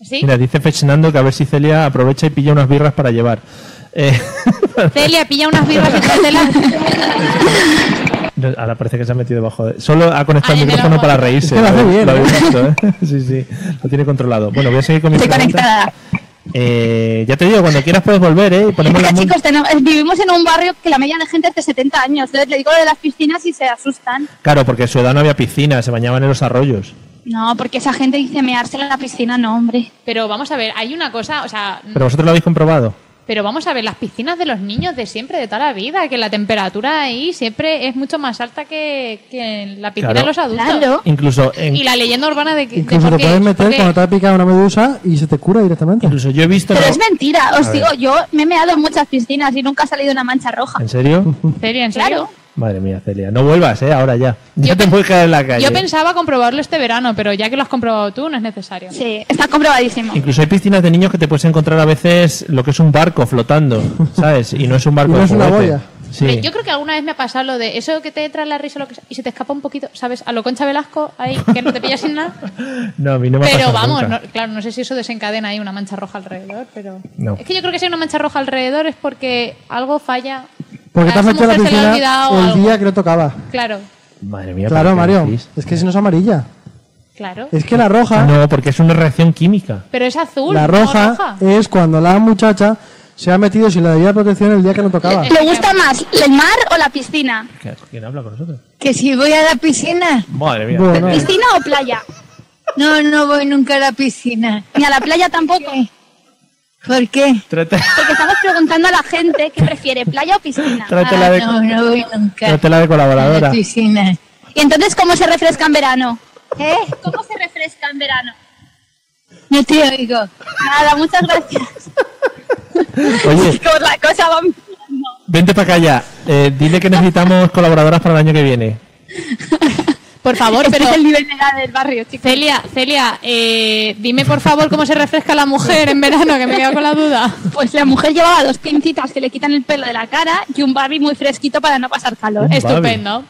B: ¿sí?
A: Mira, dice Fernando que a ver si Celia aprovecha y pilla unas birras para llevar. Eh,
B: Celia, pilla unas birras y tráetelas.
A: no, ahora parece que se ha metido debajo de... Solo ha conectado
B: Ay,
A: el
B: me lo
A: micrófono
B: hago.
A: para reírse.
D: Es que lo hace
A: ¿eh?
D: bien,
A: habéis visto, ¿eh? Sí, sí. Lo tiene controlado. Bueno, voy a seguir con mi
C: Estoy
A: pregunta.
C: conectada.
A: Eh, ya te digo, cuando quieras puedes volver, ¿eh? Y ponemos
C: Porque,
A: la mu-
C: chicos, tenemos- eh, vivimos en un barrio que la media de gente es de 70 años. Entonces le digo lo de las piscinas y se asustan.
A: Claro, porque a su edad no había piscina, se bañaban en los arroyos.
C: No, porque esa gente dice mearse en la piscina, no, hombre.
B: Pero vamos a ver, hay una cosa, o sea, mm,
A: Pero vosotros lo habéis comprobado.
B: Pero vamos a ver, las piscinas de los niños de siempre, de toda la vida, que la temperatura ahí siempre es mucho más alta que, que en la piscina
A: Claro.
B: de los adultos.
C: Claro.
A: Incluso en-
B: Y la leyenda urbana de que... de
D: Incluso
B: por
D: te
B: qué-
D: puedes
B: por
D: meter
B: qué-
D: cuando te ha picado una medusa y se te cura directamente.
A: Incluso yo he visto.
C: Pero es mentira, os
A: A
C: digo,
A: ver.
C: yo me he meado en muchas piscinas y nunca ha salido una mancha roja.
A: ¿En serio?
B: ¿En serio? ¿En serio?
C: Claro.
A: Madre mía, Celia. No vuelvas, ¿eh? Ahora ya. Ya
B: Yo
A: te
B: pen-
A: puedes caer en la calle.
B: Yo pensaba comprobarlo este verano, pero ya que lo has comprobado tú, no es necesario.
C: Sí, está comprobadísimo.
A: Incluso hay piscinas de niños que te puedes encontrar a veces lo que es un barco flotando, ¿sabes? Y no es un barco
D: Y no
A: de
D: es una
A: juguete.
D: boya.
A: Sí.
B: Yo creo que alguna vez me ha pasado lo de eso que te trae la risa lo que sea, y se te escapa un poquito, ¿sabes? A lo Concha Velasco, ahí, que no te pillas sin nada.
A: No, a mí no me ha
B: Pero
A: pasado
B: vamos,
A: nunca.
B: no- claro, no sé si eso desencadena ahí una mancha roja alrededor, pero...
A: No.
B: Es que yo creo que si hay una mancha roja alrededor es porque algo falla.
D: Porque te
B: A
D: has
B: esa
D: metido en la
B: mujer se le ha
D: piscina
B: olvidado
D: el
B: algo.
D: día que no tocaba.
B: Claro,
A: Madre mía. ¿pero
D: Claro,
A: qué
D: Mario.
A: decís? Ah,
D: Es que si no es amarilla.
B: claro.
D: Es que la roja,
A: No, porque es una reacción química.
B: Pero es azul.
D: la
B: no
D: roja, es cuando la muchacha se ha metido sin la debida protección el día que no tocaba.
B: Eh,
C: ¿Le gusta más el mar o la piscina?
A: ¿Qué- ¿Quién habla con nosotros?
G: Que si voy a la piscina.
A: Madre
B: eh.
A: mía.
D: Bueno,
C: ¿Piscina o playa?
G: No, no voy nunca a la piscina.
C: Ni a la playa tampoco.
G: ¿Por qué?
A: Trata-
C: Porque estamos preguntando a la gente qué prefiere, playa o piscina.
A: Trátela
D: Ah,
A: de,
G: Ah, no, no voy nunca
A: trátela de
G: a
A: colaboradora.
G: la piscina.
C: ¿Y entonces cómo se refresca en verano? ¿Eh? ¿Cómo se refresca en verano?
G: No te oigo.
C: Nada, muchas gracias.
A: Oye,
C: Como la cosa va empeorando.
A: vente para acá ya. Eh, dile que necesitamos colaboradoras para el año que viene.
B: Por favor,
C: Este
B: pero
C: es el nivel de edad del barrio, chicos.
B: Celia, Celia, eh, dime por favor cómo se refresca la mujer en verano, que me quedo con la duda.
C: Pues la mujer llevaba dos pincitas que le quitan el pelo de la cara y un Barbie muy fresquito para no pasar calor.
A: Un
B: Estupendo.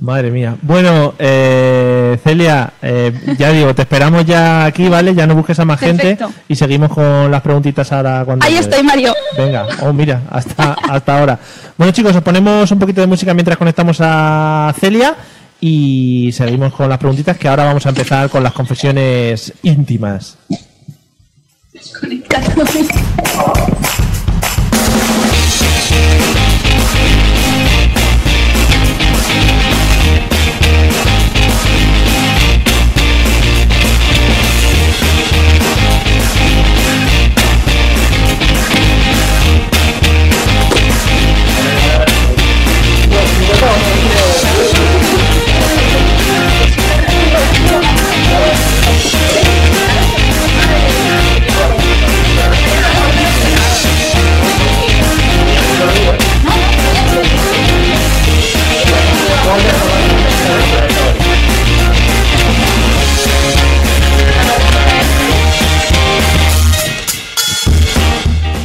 A: Madre mía. Bueno, eh, Celia, eh, ya digo, te esperamos ya aquí, ¿vale? Ya no busques a más
C: Perfecto.
A: gente y seguimos con las preguntitas ahora cuando...
C: Ahí estoy, Mario.
A: Venga, oh mira, hasta, hasta ahora. Bueno chicos, os ponemos un poquito de música mientras conectamos a Celia y seguimos con las preguntitas que ahora vamos a empezar con las confesiones íntimas.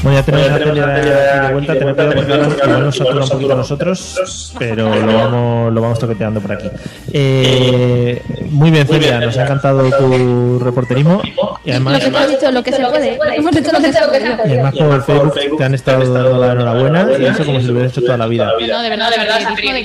A: Bueno, ya tenemos a Celia de- de vuelta. vuelta, te vuelta, porque igual nos satura un poquito a nosotros, pero lo vamos, lo vamos toqueteando por aquí. Eh, muy bien, Celia, nos ha encantado tu reporterismo y
C: Lo
A: además,
C: que te has dicho, lo que se puede. Hemos hecho lo que se puede.
A: y además por Facebook te han estado dando la enhorabuena y eso como si lo hubieras hecho toda la vida.
B: No, de verdad, de verdad.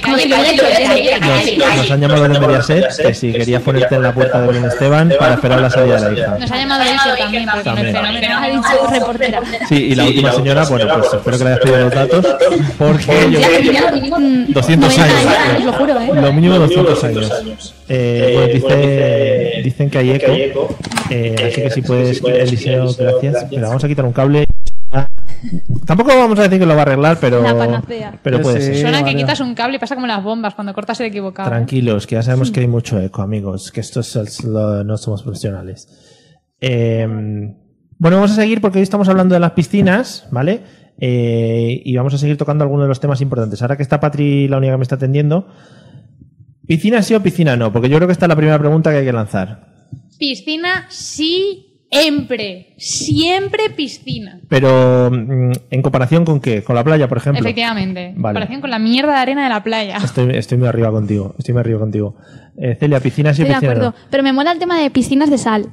C: Como si lo hubiera hecho desde ayer.
A: Nos, nos han llamado de Mediaset que si querías ponerte en la puerta de Ben Esteban para esperar la salida de la hija.
B: Nos ha llamado Iker también, porque no es
A: También.
B: fenómeno.
C: Ha dicho reportera.
A: Sí, y la última señora, bueno, pues espero que le hayas pedido los datos, porque yo
C: Mm,
A: 200 años.
C: 90 años, lo juro, ¿eh?
A: Lo mínimo 200 años. Eh, bueno, dice, dicen que hay eco, eh, así que si puedes, Eliseo, gracias. Mira, vamos a quitar un cable. Tampoco vamos a decir que lo va a arreglar, pero,
C: La panacea.
A: pero puede
D: Sí.
A: ser.
B: Suena que
D: Mario.
B: quitas un cable y pasa como las bombas cuando cortas el equivocado.
A: Tranquilos, que ya sabemos que hay mucho eco, amigos, que esto es el- lo- no somos profesionales. Eh, bueno, vamos a seguir porque hoy estamos hablando de las piscinas, ¿vale? Eh, y vamos a seguir tocando algunos de los temas importantes. Ahora que está Patri la única que me está atendiendo, ¿piscina sí o piscina no? Porque yo creo que esta es la primera pregunta que hay que lanzar.
B: Piscina siempre. Siempre piscina.
A: Pero, mm, ¿en comparación con qué? ¿Con la playa, por ejemplo?
B: Efectivamente. En
A: Vale.
B: comparación con la mierda de arena de la playa.
A: Estoy, estoy muy arriba contigo, estoy muy arriba contigo. Eh, Celia, ¿piscina sí o
C: Estoy de
A: piscina
C: acuerdo.
A: no?
C: Pero me mola el tema de piscinas de sal.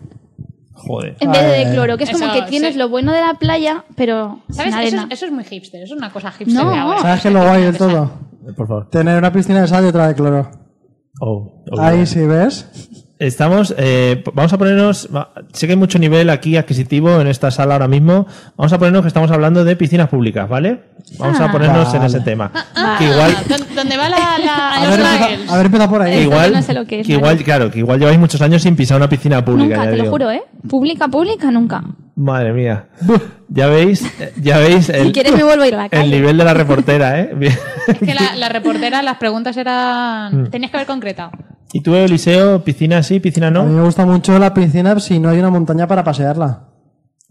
A: Joder.
C: En vez de, de cloro, que es como
B: Eso,
C: que tienes
B: sí.
C: lo bueno de la playa, pero
B: ¿Sabes?
C: sin
B: Eso
C: arena.
B: es, eso es muy hipster. Eso es una cosa hipster.
C: No.
B: de ahora.
D: ¿Sabes qué es lo guay del todo?
A: Por favor.
D: Tener una piscina de sal y otra de cloro.
A: Oh, oh,
D: Ahí sí, ¿ves?
A: Estamos, eh, vamos a ponernos, va- sé que hay mucho nivel aquí adquisitivo en esta sala ahora mismo, vamos a ponernos que estamos hablando de piscinas públicas, ¿vale? Vamos a
C: Ah.
A: ponernos en
D: Vale.
A: ese tema.
B: Ah,
A: que igual,
B: ¿dó- ¿Dónde va la, la-
D: Haber
B: los
D: empezado-
B: lagels?
D: haber empezado por
A: que
B: Eh.
D: ahí.
A: igual,
C: no sé lo que es,
A: igual,
C: Mario.
A: claro, que igual lleváis muchos años sin pisar una piscina pública.
C: nunca,
A: ya
C: te lo
A: digo.
C: juro, ¿eh? Pública, pública, nunca.
A: Madre mía. Ya veis, eh, ya veis
C: Si
A: el,
C: quieres me vuelvo a ir a la
A: el
C: calle.
A: nivel de la reportera, ¿eh? Bien.
B: Es que la, la reportera, las preguntas eran. Tenías que haber concretado.
A: ¿Y tú, Eliseo, piscina sí, piscina
D: A mí
A: no?
D: me gusta mucho la piscina si no hay una montaña para pasearla.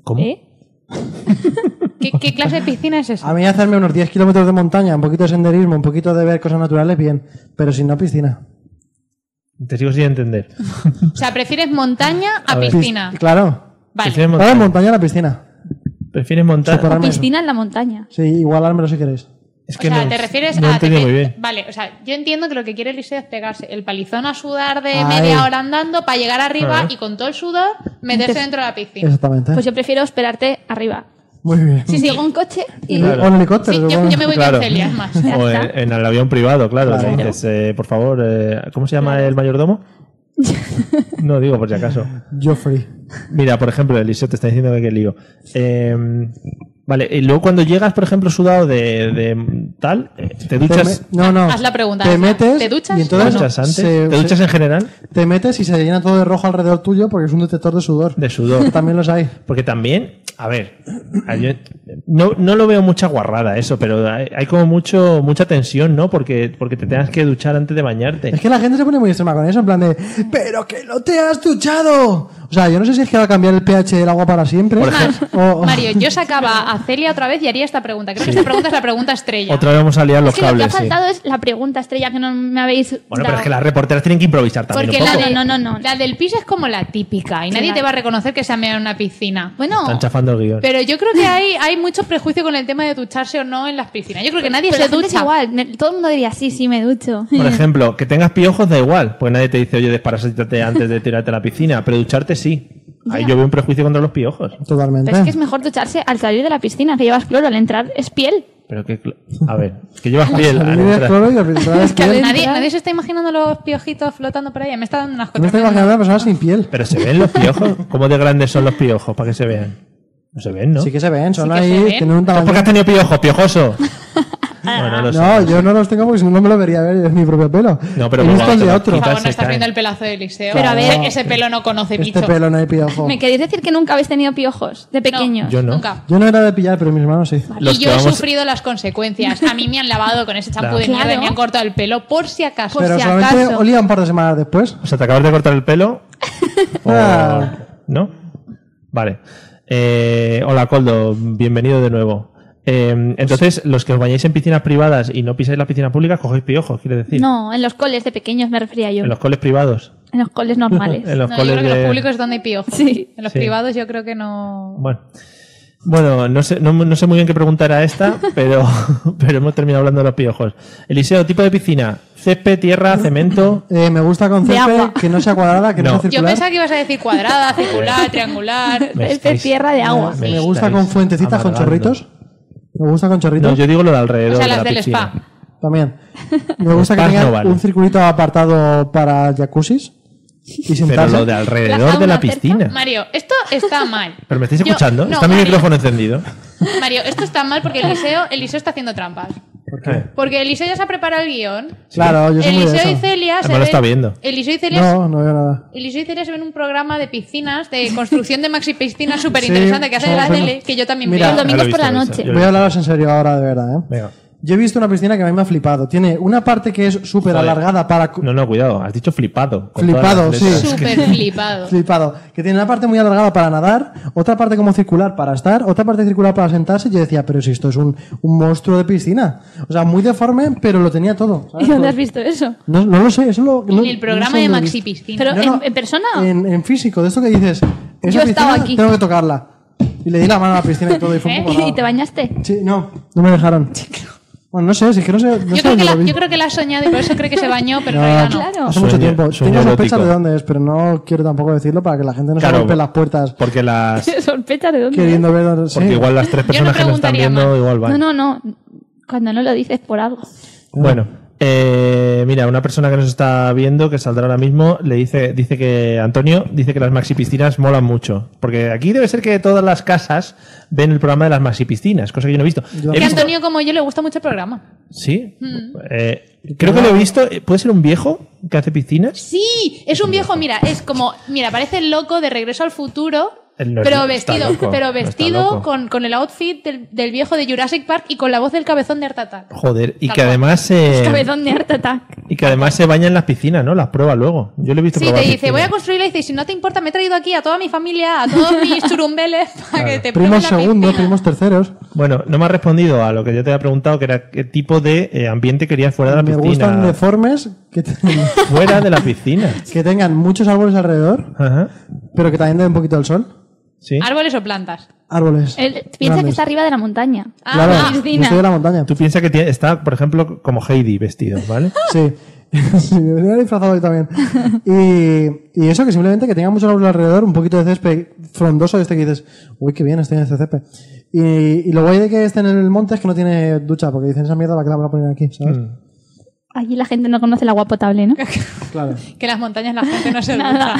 A: ¿Cómo?
C: ¿Eh?
B: ¿Qué, qué clase de piscina es esa?
D: A mí hacerme unos 10 kilómetros de montaña, un poquito de senderismo, un poquito de ver cosas naturales, bien. Pero si no, piscina.
A: Te sigo sin entender.
B: O sea, prefieres montaña a,
A: ver.
B: piscina.
D: Pis- Claro.
B: Vale.
A: ¿Prefieres
D: Para
A: montar?
D: montaña a la piscina.
A: ¿Prefieres montar?
D: Separarme eso.
C: Piscina en la montaña.
D: Sí, igualármelo si queréis.
B: Pues
A: Es
B: O sea,
A: no-
B: te refieres
A: no he
B: a. te
A: entendido
B: refie-
A: muy bien.
B: Vale, o sea, yo entiendo que lo que quiere Eliseo es pegarse el palizón a sudar de
D: Ahí.
B: media hora andando para llegar arriba
A: Ah.
B: y con todo el sudor meterse
C: Entonces-
B: dentro de la piscina.
D: Exactamente.
C: Pues yo prefiero esperarte arriba.
D: Muy bien.
C: Si llega un coche y...
A: Claro.
D: O en helicóptero.
B: Sí, yo,
D: supongo.
B: yo me voy
A: Claro.
B: con Celia, es más.
C: Ya
A: O
C: está.
A: en, en el avión privado, claro.
D: Claro.
A: le dices, eh, por favor, eh, ¿cómo se llama el mayordomo? No digo por si acaso.
D: Joffrey.
A: Mira, por ejemplo, Eliseo te está diciendo que qué lío. Eh, vale, y luego cuando llegas, por ejemplo, sudado de, de tal, eh, te duchas,
D: Te me- No, no.
B: Haz la pregunta,
D: Te
B: hazla.
D: metes.
B: ¿Te duchas?
D: Y
A: te
D: entonces
A: duchas antes,
D: se-
A: te
D: se-
A: duchas en general
D: te metes y se llena todo de rojo alrededor tuyo porque es un detector de sudor.
A: de sudor.
D: También los hay.
A: Porque también, a ver, a- yo no, no lo veo mucha guarrada eso, pero hay, hay como mucho mucha tensión, ¿no? Porque, porque te tengas que duchar antes de bañarte.
D: Es que la gente se pone muy extrema con eso, en plan de, pero que no te has duchado. O sea, yo no sé si es que va a cambiar el pH del agua para siempre. o- o-
B: Mario, yo sacaba a Celia otra vez y haría esta pregunta. Creo que esta pregunta es la pregunta estrella.
A: Otra vez vamos a liar los
C: Es que lo que ha
A: cables. sí.
C: faltado es la pregunta estrella que no me habéis
A: Bueno, pero
C: dado.
A: es que las reporteras tienen que improvisar también
B: Porque
A: un
B: la,
A: poco.
B: de-
C: No, no, no, no.
B: la del pis es como la típica y nadie
C: Claro.
B: te va a reconocer que se ha meado en una piscina.
C: Bueno,
A: Están chafando el guión.
B: Pero yo creo que hay, hay mucho prejuicio con el tema de ducharse o no en las piscinas. Yo creo que nadie
C: pero la
B: se
C: gente es
B: ducha.
C: igual. Ne- Todo el mundo diría, sí, sí, me ducho.
A: Por ejemplo, que tengas piojos da igual, porque nadie te dice, oye, desparasítate antes de tirarte a la piscina, pero ducharte sí. Ahí yo veo un prejuicio contra los piojos.
D: Totalmente.
C: Pero
A: Ah.
C: es que es mejor ducharse al salir de la piscina, que llevas cloro, al entrar es piel.
A: Pero que, cl- a ver, que llevas piel. Ah,
D: Salir
A: al
D: de
A: entrar.
D: cloro y arbitrar es piel.
B: Nadie, nadie se está imaginando los piojitos flotando por ahí. Me está dando unas
D: Yo me
B: cosas.
D: estoy imaginando a una persona sin piel.
A: Pero se ven los piojos. ¿Cómo de grandes son los piojos para que se vean? No se ven, ¿no?
D: Sí que se ven, son
B: Sí que se
D: ahí,
B: ven.
D: tienen un
A: ¿Por qué
D: tamaño.
A: has tenido piojos, piojoso? Bueno, lo sé.
D: No, yo no los tengo porque si no, no me lo vería ver, es mi propio pelo.
A: No, pero
D: He
A: por
D: visto el de
A: favor,
D: otro.
B: Por favor,
A: se
B: no estás
A: caen.
B: viendo el pelazo de Eliseo.
C: Pero a ver-
B: ese pelo no conoce
D: Este
B: bicho.
D: pelo no hay
A: Oh.
D: piojo.
C: ¿Me queréis decir que nunca habéis tenido piojos de pequeños?
A: Yo no.
B: Nunca.
D: Yo no era de pillar, pero mis hermanos sí.
A: Los
B: y
A: que
B: yo he
A: vamos-
B: sufrido las consecuencias. A mí me han lavado con ese champú de
C: Claro.
B: mierda y me
C: Claro.
B: han cortado el pelo por si acaso.
D: pero
C: si
D: solamente
C: acaso.
D: olía un par de semanas después.
A: O sea, te acabas de cortar el pelo. O-
D: Ah.
A: ¿No? Vale. Eh, hola, Coldo. Bienvenido de nuevo. Eh, entonces, los que os bañáis en piscinas privadas y no pisáis las piscinas públicas, cogéis piojos, quiere decir.
C: No, en los coles de pequeños me refería yo.
A: En los coles privados.
C: En los coles normales.
A: En los
B: No, yo
A: coles
B: creo que en
A: de-
B: los públicos es donde hay piojos.
C: Sí.
B: En los
A: Sí.
B: privados yo creo que no.
A: Bueno. Bueno, no sé, no, no sé muy bien qué preguntar a esta, pero, pero hemos terminado hablando de los piojos. Eliseo, tipo de piscina, césped, tierra, cemento.
D: Eh, me gusta con
C: De
D: césped
C: agua.
D: que no sea cuadrada, que no,
A: No.
D: sea
B: Yo
D: circular.
B: pensaba que ibas a decir cuadrada, circular, triangular.
A: Me
C: Este
A: estáis-
C: tierra de agua.
A: me
D: Me gusta
A: estáis
D: con fuentecitas, con
A: amargando.
D: chorritos. Me gusta con
A: No,
D: chorritos
A: yo digo lo de alrededor.
B: O sea,
A: de
B: las
A: la
B: del
A: piscina.
B: spa.
D: también. Me gusta que
A: Spas
D: tenga
A: no vale.
D: un circulito apartado para jacuzzis y
A: Pero
D: sentarse.
A: lo de
C: La
A: alrededor
C: sauna
A: de la
C: cerca.
A: piscina.
B: Mario, esto está mal.
A: ¿Pero me estáis
B: Yo-
A: escuchando?
B: no,
A: Está mi
B: Mario,
A: micrófono encendido.
B: Mario, esto está mal porque Eliseo, Eliseo está haciendo trampas.
A: ¿Por qué?
B: Porque Eliseo ya se ha preparado el guión.
D: Claro, yo soy muy de
B: Eliseo y
D: eso.
B: Celia se
A: Además lo
B: ven-
A: está viendo.
B: Eliseo y Celia
D: No, no veo nada.
B: Eliseo y Celia se ven un programa de piscinas, de construcción de maxi piscinas súper interesante
D: Sí,
B: que hacen en la
D: somos-
B: tele, que yo también
D: Mira,
C: Los
B: veo.
A: Ya lo
C: domingos
A: he
C: por la
A: visto, lo he
C: noche.
A: visto.
D: Voy a hablaros en serio ahora, de verdad, ¿eh?
A: Venga.
D: Yo he visto una piscina que a mí me ha flipado. Tiene una parte que es súper alargada para... cu-
A: No, no, cuidado. Has dicho flipado. con todas
D: Flipado,
A: las
D: sí.
A: letras.
B: Súper flipado.
D: Flipado. Que tiene una parte muy alargada para nadar, otra parte como circular para estar, otra parte circular para sentarse. Y yo decía, pero si esto es un, un monstruo de piscina. O sea, muy deforme, pero lo tenía todo.
C: ¿Y
D: ¿sabes?
C: dónde has visto eso?
D: No, no lo sé, eso lo... no-
B: En el
D: no
B: programa
D: sé
B: de
D: dónde lo
B: maxi
D: he visto.
B: piscina.
C: Pero
D: No, no,
C: en, en persona.
D: En, en físico, de eso que dices. Esa
C: Yo he estado
D: piscina
C: aquí.
D: Tengo que tocarla. Y le di la mano a la piscina y todo. Y fue un poco
C: ¿Eh? ¿Y
D: raro.
C: te bañaste?
D: Sí, no, no me dejaron. Bueno, no sé, si es que no sé. No
B: yo, creo
D: sé dónde
B: que la,
D: lo vi.
B: yo creo que la ha soñado y por eso cree que se bañó, pero en realidad no.
C: Claro.
D: Hace
A: Sueño-
D: mucho tiempo.
A: sueño
D: Tengo sospechas
A: erótico.
D: de dónde es, pero no quiero tampoco decirlo para que la gente no
A: Claro.
D: se rompe las puertas
A: Porque las.
C: Sospecha de dónde.
D: queriendo ver dónde.
A: Porque
D: sí.
A: igual las tres personas que nos están
B: preguntaría
A: viendo
B: más.
A: igual van.
C: No, no, no. Cuando no lo dices por algo.
A: Bueno, eh, mira, una persona que nos está viendo, que saldrá ahora mismo, le dice, dice que Antonio dice que las maxi piscinas molan mucho. Porque aquí debe ser que todas las casas ven el programa de las maxi piscinas, cosa que yo no he visto. He
B: Que a
A: visto-
B: Antonio Mm. como yo le gusta mucho el programa.
A: Sí. Eh, creo que lo he visto. eh, ¿Puede ser un viejo que hace piscinas?
B: Sí, es un viejo, mira, es como, mira, parece el loco de Regreso al Futuro,
A: Él Eh, no es-
B: pero
A: está
B: vestido,
A: loco, no
B: pero
A: está
B: vestido
A: loco.
B: con, con el outfit del, del viejo de Jurassic Park y con la voz del cabezón de Art Attack.
A: Joder, y
B: Tal
A: que
B: cual.
A: además eh,
C: Cabezón de Art Attack.
A: y que además se baña en las piscinas, ¿no? Las prueba luego. Yo lo he visto
B: Sí,
A: probar
B: te dice,
A: piscinas.
B: voy a construirla y dice, si no te importa, me he traído aquí a toda mi familia, a todos mis churumbeles para que te prueben
D: Primos
B: la
D: segundos,
B: piscina".
D: primos terceros.
A: Bueno, no me has respondido a lo que yo te había preguntado, que era qué tipo de eh, ambiente querías fuera de la
D: Me
A: piscina.
D: gustan deformes que, te-
A: Fuera de la piscina.
D: que tengan muchos árboles alrededor,
A: Ajá.
D: pero que también den un poquito el sol.
A: Sí.
B: Árboles o plantas.
D: Árboles.
C: Él piensa que
D: grandes.
C: está arriba de la montaña.
D: Claro,
C: Ah,
D: yo
C: piscina.
D: estoy de la montaña.
A: Tú piensas que tiene- está, por ejemplo, como Heidi vestido, ¿vale?
D: Sí. sí, me hubiera disfrazado yo también. Y, y eso, que simplemente que tenga mucho árbol alrededor, un poquito de césped frondoso de este que dices, uy, qué bien, estoy en este césped. Y, y lo guay de que esté en el monte es que no tiene ducha, porque dicen esa mierda, ¿para qué la vamos a poner aquí? ¿Sabes?
A: Mm.
C: Allí la gente no conoce el agua potable, ¿no?
D: Claro.
B: Que las montañas la gente no se ducha.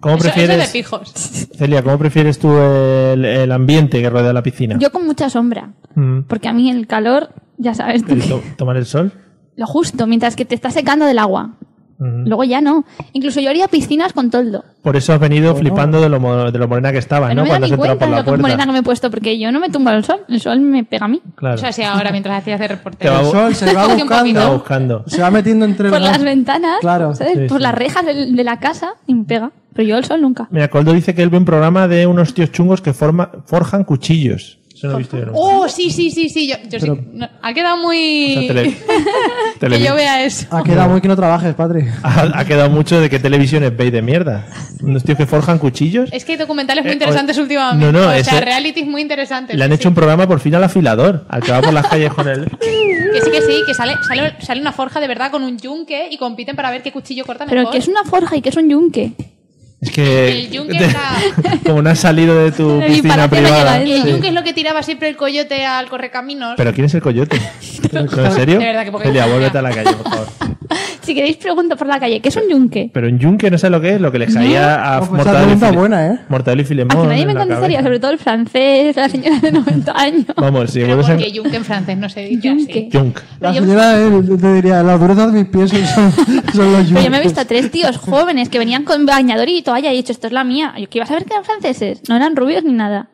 A: ¿Cómo
B: Eso, eso es de
A: prefieres,
B: pijos.
A: Celia, cómo prefieres tú el, el ambiente que rodea la piscina?
C: Yo con mucha sombra.
A: Mm.
C: Porque a mí el calor, ya sabes, tú
A: ¿El
C: que-
A: to- ¿Tomar el sol?
C: lo justo, mientras que te está secando del agua. Luego ya no. Incluso yo haría piscinas con toldo.
A: Por eso has venido flipando de lo, mo- de lo morena que estabas,
C: Pero
A: Pues
C: no me da
A: ¿no? Cuando has
C: ni cuenta
A: entrado por
C: de
A: la
C: lo que morena
A: puerta.
C: que me he puesto, porque yo no me tumbo al sol. El sol me pega a mí.
A: Claro.
B: O sea, si ahora mientras hacías de
A: Te
B: reportero.
A: va,
D: El
A: bu-
D: sol se va
B: Coge un poquito.
A: va
D: buscando,
A: buscando.
D: se va metiendo entre
C: Por
D: los-
C: las ventanas,
D: Claro.
C: ¿sabes?
A: Sí,
C: por
A: sí.
C: las rejas del- de, la casa y me pega. Pero yo el sol nunca.
A: Mira, Coldo dice que él ve un programa de unos tíos chungos que forma, forjan cuchillos. Eso no he visto yo nunca.
B: Oh, sí, sí, sí, sí. Yo, yo sí
D: Pero-
B: que- no, ha quedado muy.
A: O sea, tele-
B: que
A: televi-
B: yo vea eso.
D: Ha quedado muy que no trabajes, Patri.
A: ha, ha quedado mucho de que televisiones veis de mierda. Unos tíos que forjan cuchillos.
B: Es que hay documentales muy
A: Eh,
B: interesantes
A: oye,
B: últimamente.
A: no, no,
B: o
A: ese-
B: sea, realities muy interesantes.
A: Le han
B: sí,
A: hecho un programa por fin al afilador, al que va por las calles con él.
B: Que sí, que sí, que sale, sale, sale una forja de verdad con un yunque y compiten para ver qué cuchillo corta mejor.
C: Pero que es una forja y que es un yunque.
A: Es que.
B: El yunque está-
A: Como no has salido de tu
C: El
A: piscina
C: disparate me
A: privada.
C: lleva él.
B: El
A: Sí.
B: yunque es lo que tiraba siempre el coyote al correcaminos.
A: Pero ¿quién es el coyote? ¿No, ¿En serio?
B: De verdad que poca
A: Celia,
B: idea.
A: vuélvete a la calle, por favor.
C: Si queréis, pregunto por la calle. ¿Qué es un yunque?
A: Pero un yunque no sé lo que es, lo que le caía a
D: Oh, pues esa
A: Mortadelo y
D: pregunta
A: File-
D: buena, ¿eh?
A: Mortadelo y
C: A
B: Ah,
A: Filemón.
C: que nadie me
A: en la
C: contestaría,
A: cabeza.
C: sobre todo el francés, la señora de 90 años.
A: Vamos, si
B: Pero
A: vuelves
B: porque
A: a.
B: yunque en francés no se dice
C: Yunque.
B: así.
A: Yunk.
D: La señora eh, te diría, la dureza de mis pies son, son los
C: Pero yo me he visto a
D: yunques.
C: tres tíos jóvenes que venían con bañador y toalla y he dicho, esto es la mía. Yo que iba a saber que eran franceses. No eran rubios ni nada.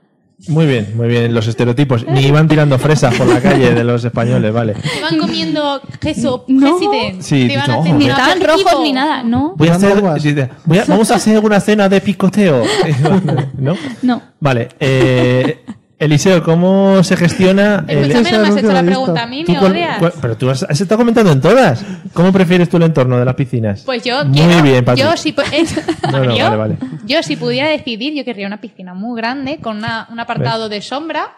A: Muy bien, muy bien, los estereotipos. Ni iban tirando fresas por la calle de los españoles, vale.
B: Te van comiendo queso,
C: No.
B: president.
A: Sí,
B: te van
A: dicho,
B: haciendo
A: ojo,
C: Ni estaban
B: aperitivo.
C: rojos ni nada, ¿no?
A: Voy a hacer,
D: Dando aguas.
A: sí, de- voy a- vamos a hacer una cena de picoteo. ¿No?
C: No.
A: Vale. eh, Eliseo, ¿cómo se gestiona el-
B: Escúchame, no me has hecho la pregunta a mí,
A: Tú
B: me
A: cuál-
B: odias.
A: cuál- pero tú has, has estado comentando en todas. ¿Cómo prefieres tú el entorno de las piscinas?
B: Pues yo
A: Muy
B: quiero-
A: bien, Pati.
B: Yo si, pu- eh,
A: No, no,
B: yo,
A: vale, vale.
B: yo si pudiera decidir, yo querría una piscina muy grande con una- un apartado de sombra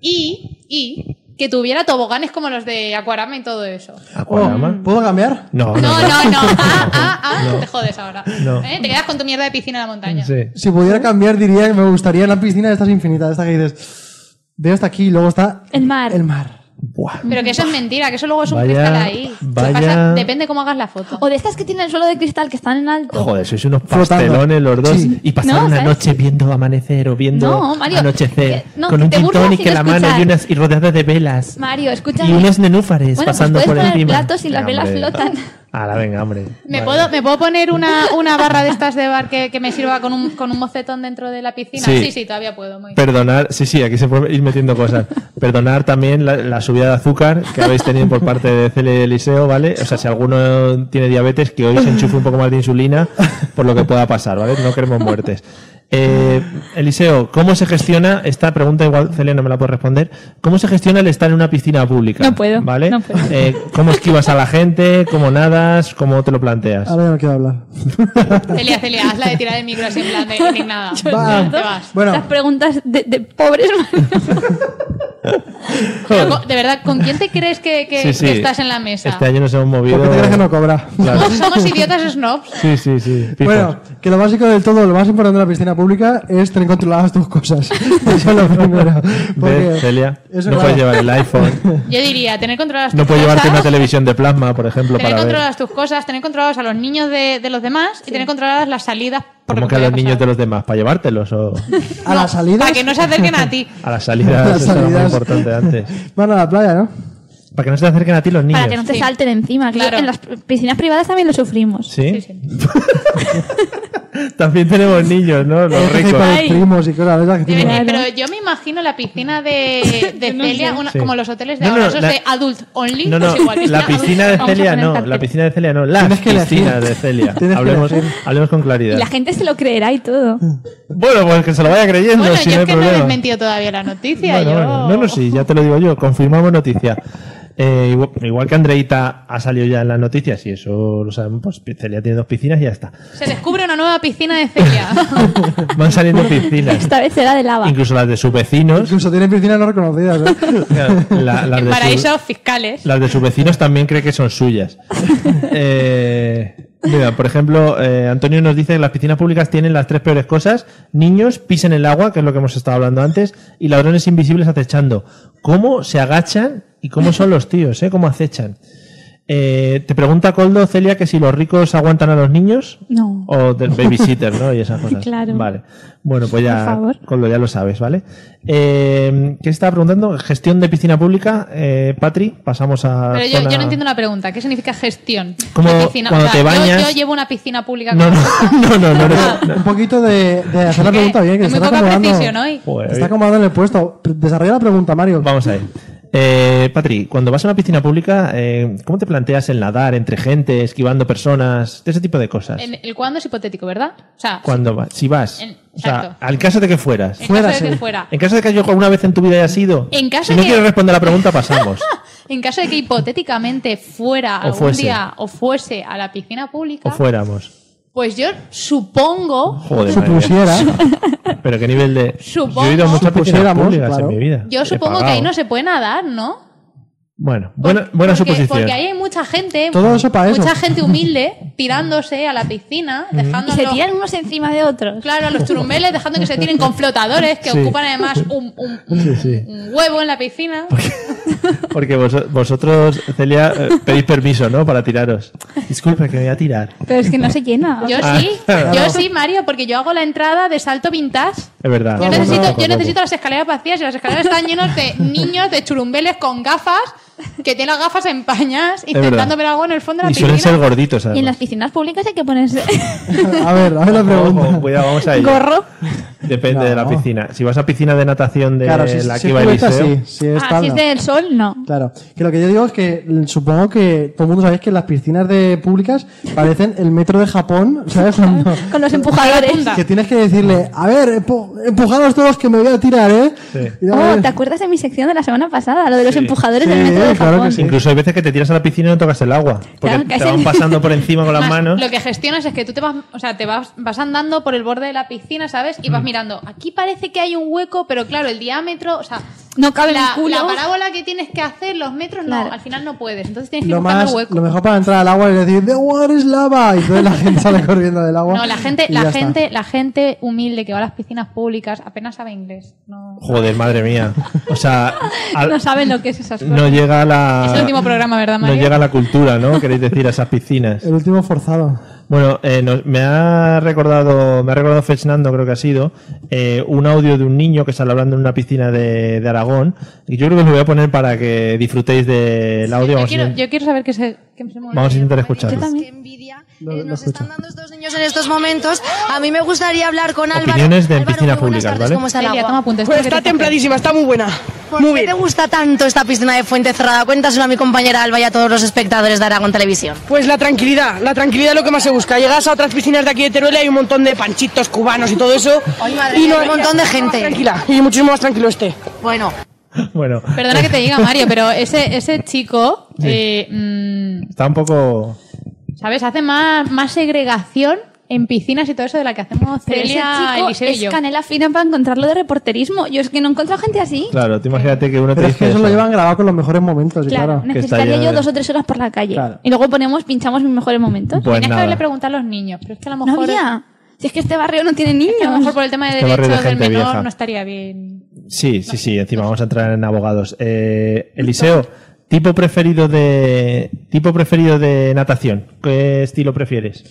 B: y, y que tuviera toboganes como los de Aquarama y todo eso.
A: Aquarama.
D: Oh, ¿Puedo cambiar?
A: No, Ah, no,
B: No,
A: no.
B: no, no. Ah, ah, ah. Te jodes ahora.
A: No.
B: ¿Eh? Te quedas con tu mierda de piscina en la montaña.
A: Sí.
D: Si pudiera cambiar, diría que me gustaría una piscina de estas infinitas, esta que dices, veo hasta aquí y luego está
C: El mar.
D: el mar.
A: Buah.
B: Pero que eso es mentira, que eso luego es un
A: Vaya-
B: cristal ahí. Se
A: vaya-
B: pasa- depende cómo hagas la foto.
C: O de estas que tienen el suelo de cristal que están en alto.
A: Joder, sois unos
D: Flotando.
A: pastelones los dos
D: Sí.
A: y pasar
C: Oh, No,
A: una
C: ¿sabes?
A: noche viendo amanecer o viendo
C: No, Mario,
A: anochecer
C: que- no,
A: con
C: que
A: un
C: te
A: gin
C: burlas
A: tonic
C: sin
A: en la mano
C: escuchar.
A: y unas y rodeadas de velas
C: Mario, escúchame.
A: y unos nenúfares
C: Bueno, pues
A: pasando
C: puedes
A: por
C: poner
A: encima.
C: platos y las
A: Venga,
C: velas
A: hombre.
C: flotan.
A: Ala, venga, hombre.
B: ¿Me
A: Vale.
B: puedo, ¿Me puedo poner una, una barra de estas de bar que, que me sirva con un, con un mocetón dentro de la piscina?
A: Sí.
B: Sí, sí, todavía puedo. Muy bien.
A: Perdonar, sí, sí, aquí se puede ir metiendo cosas. Perdonar también la, la subida de azúcar que habéis tenido por parte de Cele Eliseo, ¿vale? O sea, si alguno tiene diabetes, que hoy se enchufe un poco más de insulina por lo que pueda pasar, ¿vale? No queremos muertes. Eh, Eliseo, ¿cómo se gestiona esta pregunta? Igual Cele no me la puede responder. ¿Cómo se gestiona el estar en una piscina pública?
C: No puedo,
A: ¿Vale?
C: no puedo.
A: Eh, ¿Cómo esquivas a la gente? ¿Cómo nadas? ¿Cómo te lo planteas?
D: Ahora ya no quiero hablar.
B: Celia, Celia, haz la de tirar el micro así en plan de indignada.
D: Va.
B: Te vas.
D: Ah, Bueno,
C: Las preguntas de, de pobres.
B: Pero, co- de verdad, ¿con quién te crees que, que-
A: Sí, sí.
B: que estás en la mesa?
A: Este año nos hemos movido.
D: ¿por qué te crees que no cobra?
A: Claro.
B: Somos- Somos idiotas snobs.
A: Sí, sí, sí. Fijos.
D: Bueno, que lo básico del todo, lo más importante de la piscina pública es tener controladas tus cosas. Eso es lo primero. Porque
A: ¿Ves, Celia?
D: eso,
A: no
D: claro,
A: puedes llevar el iPhone.
B: Yo diría, tener controladas
A: No
B: tus
A: puedes llevarte una
B: cosas,
A: televisión de plasma, por ejemplo,
B: tener
A: para ver.
B: controladas tus cosas, tener controlados a los niños de, de los demás y tener controladas las salidas. por
A: Como
B: lo
A: que a
B: vaya
A: los niños
B: pasar.
A: de los demás, para llevártelos o
D: A las salidas.
B: Para que no se acerquen a ti.
A: a las salidas.
D: Las
A: eso era muy
D: salidas.
A: importante antes.
D: Van a la playa, ¿no?
A: Para que no se te acerquen a ti los niños.
C: Para que no te
B: Sí.
C: salten encima. que
B: Claro.
C: En las piscinas privadas también lo sufrimos.
A: ¿Sí?
B: Sí, sí.
A: También tenemos niños, ¿no? Los
D: Entonces,
A: ricos.
D: con los
C: Ay.
D: primos y cosas de esas que
B: Debe
D: tienen-
B: ser, Pero yo me imagino la piscina de, de Celia, una-
A: Sí.
B: como los hoteles de
A: No, no,
B: ahora, esos
A: la-
B: de adult only.
A: No, no,
B: pues igual,
A: la
B: adult.
A: piscina de
C: Vamos a
A: Celia
C: poner
A: no,
C: cartel.
A: la piscina de Celia no, las
D: Tienes que elegir.
A: piscinas de Celia.
D: Tienes que
A: Hablemos,
D: elegir.
A: hablemos con
C: Y
A: claridad.
C: la gente se lo creerá y todo.
A: Bueno, pues que se lo vaya creyendo,
B: Bueno,
A: si
B: yo
A: no
B: es
A: hay
B: que no he
A: problema.
B: desmentido todavía la noticia.
A: Bueno,
B: yo...
A: bueno. No, no, sí, ya te lo digo yo. Confirmamos noticia. Eh, igual, igual que Andreita ha salido ya en las noticias, y eso lo sabemos, pues Celia tiene dos piscinas y ya está.
B: Se descubre una nueva piscina de Celia.
A: Van saliendo piscinas.
C: Esta vez será de lava.
A: Incluso las de sus vecinos.
D: Incluso tienen piscinas no reconocidas, ¿eh?
A: Claro, la- las,
B: en
A: de su-
B: paraísos fiscales.
A: las de sus vecinos también cree que son suyas. Eh, mira, por ejemplo, eh, Antonio nos dice que las piscinas públicas tienen las tres peores cosas: niños, pis en el agua, que es lo que hemos estado hablando antes, y ladrones invisibles acechando. ¿Cómo se agachan y cómo son los tíos? Eh? ¿Cómo acechan? Eh, te pregunta Coldo Celia que si los ricos aguantan a los niños
C: No.
A: o del babysitter, ¿no? Y esas cosas.
C: Claro.
A: Vale. Bueno, pues ya,
C: Por favor.
A: Coldo, ya lo sabes, ¿vale? Eh, ¿Qué estaba preguntando? Gestión de piscina pública. Eh, Patri, pasamos a.
B: Pero yo,
A: zona-
B: yo no entiendo la pregunta. ¿Qué significa gestión?
A: Como
B: Una piscina-
A: cuando te
B: yo-
A: bañas-
B: Yo, llevo una piscina pública.
A: No,
B: con-
A: no, no, no, no,
B: Ah.
A: eres-
D: Un poquito de, de hacer la
B: ¿Qué?
D: pregunta bien, que
B: Es
D: se
B: muy
D: está
B: poca
D: acomodando.
B: precisión hoy.
A: Joder,
D: Está acomodado en el puesto. Desarrolla la pregunta, Mario.
A: Vamos a ver. Eh, Patri, cuando vas a una piscina pública, eh, ¿cómo te planteas el nadar entre gente, esquivando personas, ese tipo de cosas?
B: En- el cuándo es hipotético, ¿verdad? O sea,
A: Cuando vas, si vas,
B: En-
A: o sea,
B: exacto.
A: al caso de que fueras,
B: en
D: fuera,
B: caso de
D: sí.
B: que fuera.
A: en caso de que yo alguna vez en tu vida haya sido,
B: En caso
A: si
B: de
A: no
B: que-
A: quieres responder la pregunta, pasamos.
B: En caso de que hipotéticamente fuera
A: O
B: algún
A: fuese.
B: día o fuese a la piscina
A: o
B: pública,
A: fuéramos.
B: pues yo supongo,
A: Joder, madre mía.
D: Supusiera.
A: Pero qué nivel de.
B: Supongo-
A: Yo he ido a muchas piscinas
D: Supusiéramos,
A: públicas
D: claro.
A: en mi vida.
B: yo
A: He
B: supongo que
A: pagado.
B: ahí no se puede nadar, ¿no?
A: Bueno,
B: Por-
A: buena, buena
B: porque,
A: suposición.
B: Porque ahí hay mucha gente,
D: Todo eso para eso.
B: mucha gente humilde, tirándose a la piscina, dejando
C: Y se tiran unos encima de otros.
B: Claro, a los turumbeles, dejando que se tiren con flotadores que
A: Sí.
B: ocupan además un, un- un-
A: Sí, sí.
B: un huevo en la piscina.
A: Porque vos- vosotros, Celia, eh, pedís permiso, ¿no? Para tiraros. Disculpe, que me voy a tirar.
C: Pero es que no se llena.
B: Yo
A: Ah,
B: sí, yo sí, Mario, porque yo hago la entrada de salto vintage.
A: Es verdad.
B: Yo
A: Vamos,
B: necesito,
A: poco a
B: yo
A: poco.
B: necesito las escaleras vacías y las escaleras están llenas de niños de churumbeles con gafas que tienen las gafas en pañas intentando
A: verdad.
B: ver algo en el fondo de la
A: Y suelen ser
B: piscina.
A: gorditos,
C: Y en
A: además.
C: las piscinas públicas hay que ponerse
D: A ver, a ver la
A: Ojo,
D: pregunta.
A: cuidado, vamos a ello.
C: gorro.
A: Depende de la
D: No.
A: piscina. Si vas a piscina de natación de
D: Claro, si,
A: la
D: si
A: que va
D: es cubierta,
A: Eliseo,
D: sí. Si es
C: Ah, si
D: tal,
C: es
D: no.
C: del sol, no.
D: Claro, que lo que yo digo es que mm, supongo que todo el mundo sabéis que las piscinas de públicas parecen el metro de Japón, ¿sabes? Cuando-
C: Con los empujadores.
D: que tienes que decirle, a ver, empu- empujaros todos que me voy a tirar, ¿eh? Y a
C: Oh,
D: ver-
C: ¿te acuerdas de mi sección de la semana pasada? Lo de los empujadores
D: Sí,
C: del metro de
D: claro que
C: Japón.
D: sí.
A: Incluso hay veces que te tiras a la piscina y no tocas el agua. Porque
C: Claro, que
A: te
C: es
A: van
C: el-
A: pasando por encima con las
B: Más,
A: manos.
B: Lo que gestionas es que tú te vas, o sea, te vas, vas andando por el borde de la piscina, ¿sabes?
A: Mm.
B: Y vas mirando. Aquí parece que hay un hueco, pero claro, el diámetro, o sea,
C: No cabe
B: la,
C: mi culo.
B: la parábola que tienes que hacer, los metros,
C: Claro.
B: no, al final no puedes. Entonces tienes que ir
D: Lo,
B: buscando
D: más,
B: el hueco.
D: lo mejor para entrar al agua es decir, The water is lava. Y entonces la gente sale corriendo del agua.
B: No, la gente,
D: y
B: la
D: ya está.
B: gente, la gente humilde que va a las piscinas públicas apenas sabe inglés. No,
A: Joder, madre mía. O sea, al-
B: no saben lo que es esas cosas.
A: no llega la.
B: es el último programa, ¿verdad,
A: No
B: María?
A: llega la cultura, ¿no? Queréis decir a esas piscinas.
D: El último forzado.
A: Bueno, eh, nos- me ha recordado, me ha recordado Fernando, creo que ha sido, eh, un audio de un niño que sale hablando en una piscina de, de Aragón. Y yo creo que os lo voy a poner para que disfrutéis del audio.
B: yo,
A: Vamos a
B: quiero,
A: intent-
B: yo quiero saber que se, que se mueve.
A: vamos a intentar
C: Yo
A: escucharlo.
C: también.
D: Lo- lo escucho.
F: Niños en estos momentos, a mí me gustaría hablar con Álvaro.
A: Opiniones de
F: Álvaro,
A: piscinas
F: muy
A: públicas,
F: buenas tardes,
A: ¿vale?
F: ¿cómo Pues está el
B: Elia,
F: agua?
B: toma apuntes. ¿tú qué te-
H: Pues está muy buena.
F: ¿Por qué te gusta tanto esta piscina de Fuente Cerrada? Cuéntaselo a mi compañera Alba y a todos los espectadores de Aragón Televisión.
H: Pues la tranquilidad, la tranquilidad es lo que más se busca. Llegas a otras piscinas de aquí de Teruel y hay un montón de panchitos cubanos y todo eso.
F: madre
H: y
F: mía, hay un montón de
H: más
F: gente.
H: Tranquila, y muchísimo más tranquilo este.
F: Bueno,
A: Bueno,
B: Perdona que te diga, Mario, pero ese, ese chico, eh, mm,
A: está un poco.
B: ¿sabes? Hace más, más segregación en piscinas y todo eso de la que hacemos
C: Pero ese
B: Celia,
C: chico
B: Eliseo y
C: es
B: yo.
C: canela fina para encontrarlo de reporterismo. Yo es que no encuentro gente así.
A: Claro, tú imagínate que uno te
D: Pero es que
A: dice.
D: eso lo
A: eso.
D: llevan grabado con los mejores momentos, y
C: Claro,
D: claro.
A: que está
C: necesitaría
A: ya
C: yo
A: de-
C: dos o tres horas por la calle.
D: Claro.
C: Y luego ponemos, pinchamos mis mejores momentos.
A: Pues
B: Tienes que
A: nada.
B: haberle preguntado a los niños, pero es que a lo
C: no
B: mejor,
C: había. Si es que este barrio no tiene
B: es que a lo
C: niños.
B: mejor por el tema de
A: Este barrio de
B: derechos del
A: gente
B: menor
A: vieja.
B: no estaría bien.
A: Sí, sí, sí. Encima vamos a entrar en abogados. Eh, Eliseo, tipo preferido de tipo preferido de natación. ¿Qué estilo prefieres?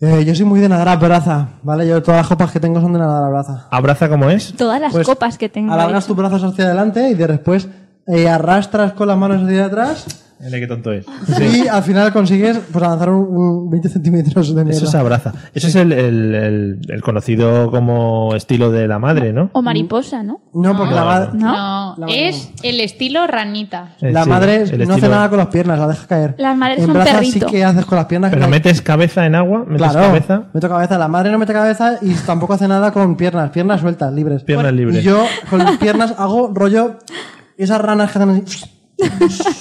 D: Eh, yo soy muy de nadar a braza, ¿vale? Yo todas las copas que tengo son de nadar a braza.
A: Abraza como es.
C: Todas las
D: Pues,
C: copas que tengo.
D: Alargas tus brazos hacia adelante y de- después eh, arrastras con las manos hacia atrás
A: Mira qué tonto es.
D: y al final consigues pues, avanzar un, un 20 centímetros de
A: Eso
D: mierda.
A: se abraza. Eso es el, el- el- el conocido como estilo de la madre, ¿no?
C: O mariposa, ¿no?
D: No, porque la, ma-
C: ¿No?
B: No,
D: La madre
B: es el estilo ranita.
A: Eh,
D: la
A: sí,
D: madre
A: el
D: no hace
A: estilo-
D: nada con las piernas, la deja caer.
C: Las madres
D: en
C: son
D: braza
C: perrito.
D: sí que haces con las piernas.
A: Pero
D: que-
A: metes cabeza en agua, metes
D: Claro,
A: cabeza,
D: meto cabeza. La madre no mete cabeza y tampoco hace nada con piernas. Piernas sueltas, libres.
A: piernas
D: Y
A: libres.
D: yo con las piernas hago rollo esas ranas que hacen así.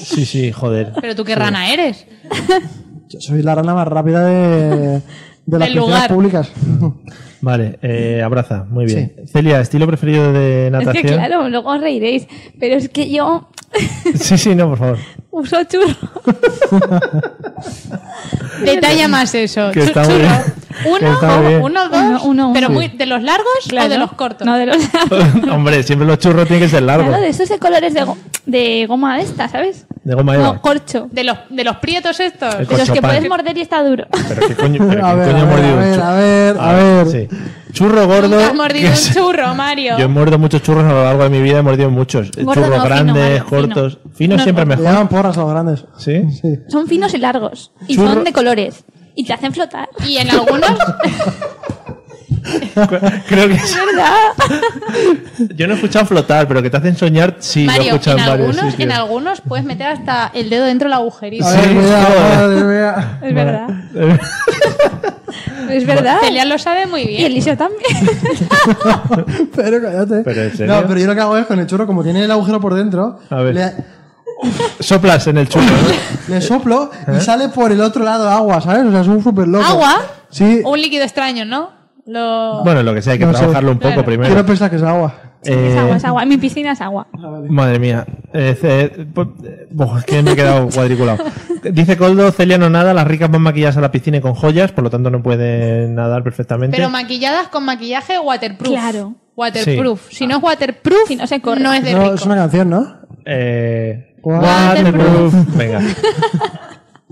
A: Sí, sí, joder.
B: Pero tú qué rana eres.
D: Yo soy la rana más rápida de, de las
B: Del
D: piscinas
B: lugar.
D: públicas.
A: Vale, eh, abraza, muy bien. Celia, estilo preferido de
C: Es que
A: natación.
C: claro, luego os reiréis. Pero es que yo
A: Sí, sí, no, por favor.
C: uso churro.
B: Detalla más eso.
A: Que
B: Chu-
A: está muy
B: churro.
A: bien. Que
B: Uno,
A: está muy bien.
B: uno, dos,
C: Uno, uno,
B: pero
C: uno.
B: muy- de los largos o de los cortos.
C: No, de los
A: Hombre, siempre los churros tienen que ser largos.
C: Claro, de esos de colores de, go- de goma de esta, ¿sabes?
A: De goma Eva.
C: No, corcho.
B: de los de los prietos estos.
C: De
A: El
C: los que
A: corchopán.
C: puedes morder y está duro.
A: Pero qué coño, pero
D: A
A: qué
D: ver,
A: coño
D: a
A: ha
D: ver,
A: mordido
D: a
A: un
D: ver,
A: churro.
D: a ver, a ver.
A: sí. Churro gordo.
B: Nunca has mordido
A: que
B: un
A: es-
B: churro, Mario.
A: Yo he mordido muchos churros a lo largo de mi vida, he mordido muchos. Eh,
C: Gordo
A: churros
C: no, fino,
A: grandes,
C: Mario, fino.
A: cortos. Finos
C: No,
A: siempre
C: no.
D: Le
A: mejor.
D: llaman porras a los grandes.
A: ¿Sí?
D: Sí.
C: Son finos y largos. Y
A: Churro.
C: son de colores. Y te hacen flotar.
B: Y en algunos,
A: Creo que es Yo no he escuchado flotar, pero que te hacen soñar, sí, lo he
B: Mario,
A: escuchado
B: en
A: en varios
B: algunos, en
A: sitios.
B: algunos puedes meter hasta el dedo dentro del agujerito.
D: A
A: Sí,
D: ver, mira,
A: joder.
D: madre mía.
C: Es verdad. es verdad.
B: Celia lo sabe muy
C: Y
B: bien.
C: Eliseo también.
D: Pero cállate.
A: Pero, ¿en serio?
D: no, pero yo lo que hago es con el churro, como tiene el agujero por dentro,
A: A ver. Eh.
D: Le,
A: Soplas en el churro, ¿no?
D: le soplo y sale por el otro lado agua, ¿sabes? O sea, es un súper loco.
B: Agua,
D: Sí.
B: un líquido extraño, ¿no? Lo...
A: Bueno, lo que sea, hay que
D: No sé.
A: trabajarlo un poco
B: Claro.
A: primero.
D: Quiero pensar que es agua.
C: Es
A: Eh,
C: agua, es agua. En mi piscina es agua.
A: Madre mía. Eh, ce- po- eh, buah, es que me he quedado cuadriculado. Dice Coldo, Celia no nada, las ricas van maquilladas a la piscina y con joyas, por lo tanto no pueden nadar perfectamente.
B: Pero maquilladas con maquillaje waterproof.
C: Claro.
B: Waterproof. Si no es waterproof,
C: Si no se corre.
B: no es de
D: No,
B: rico.
D: es una canción, ¿no?
A: Eh,
D: Waterproof.
A: Venga.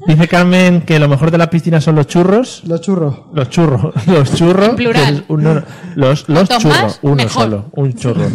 A: Dice Carmen que lo mejor de las piscinas son los churros.
D: Los churros.
A: Los churros. Los churros.
D: En plural.
A: que es uno- los los
D: Cuantos
A: churros.
D: más,
A: uno
D: mejor.
A: solo. Un churro.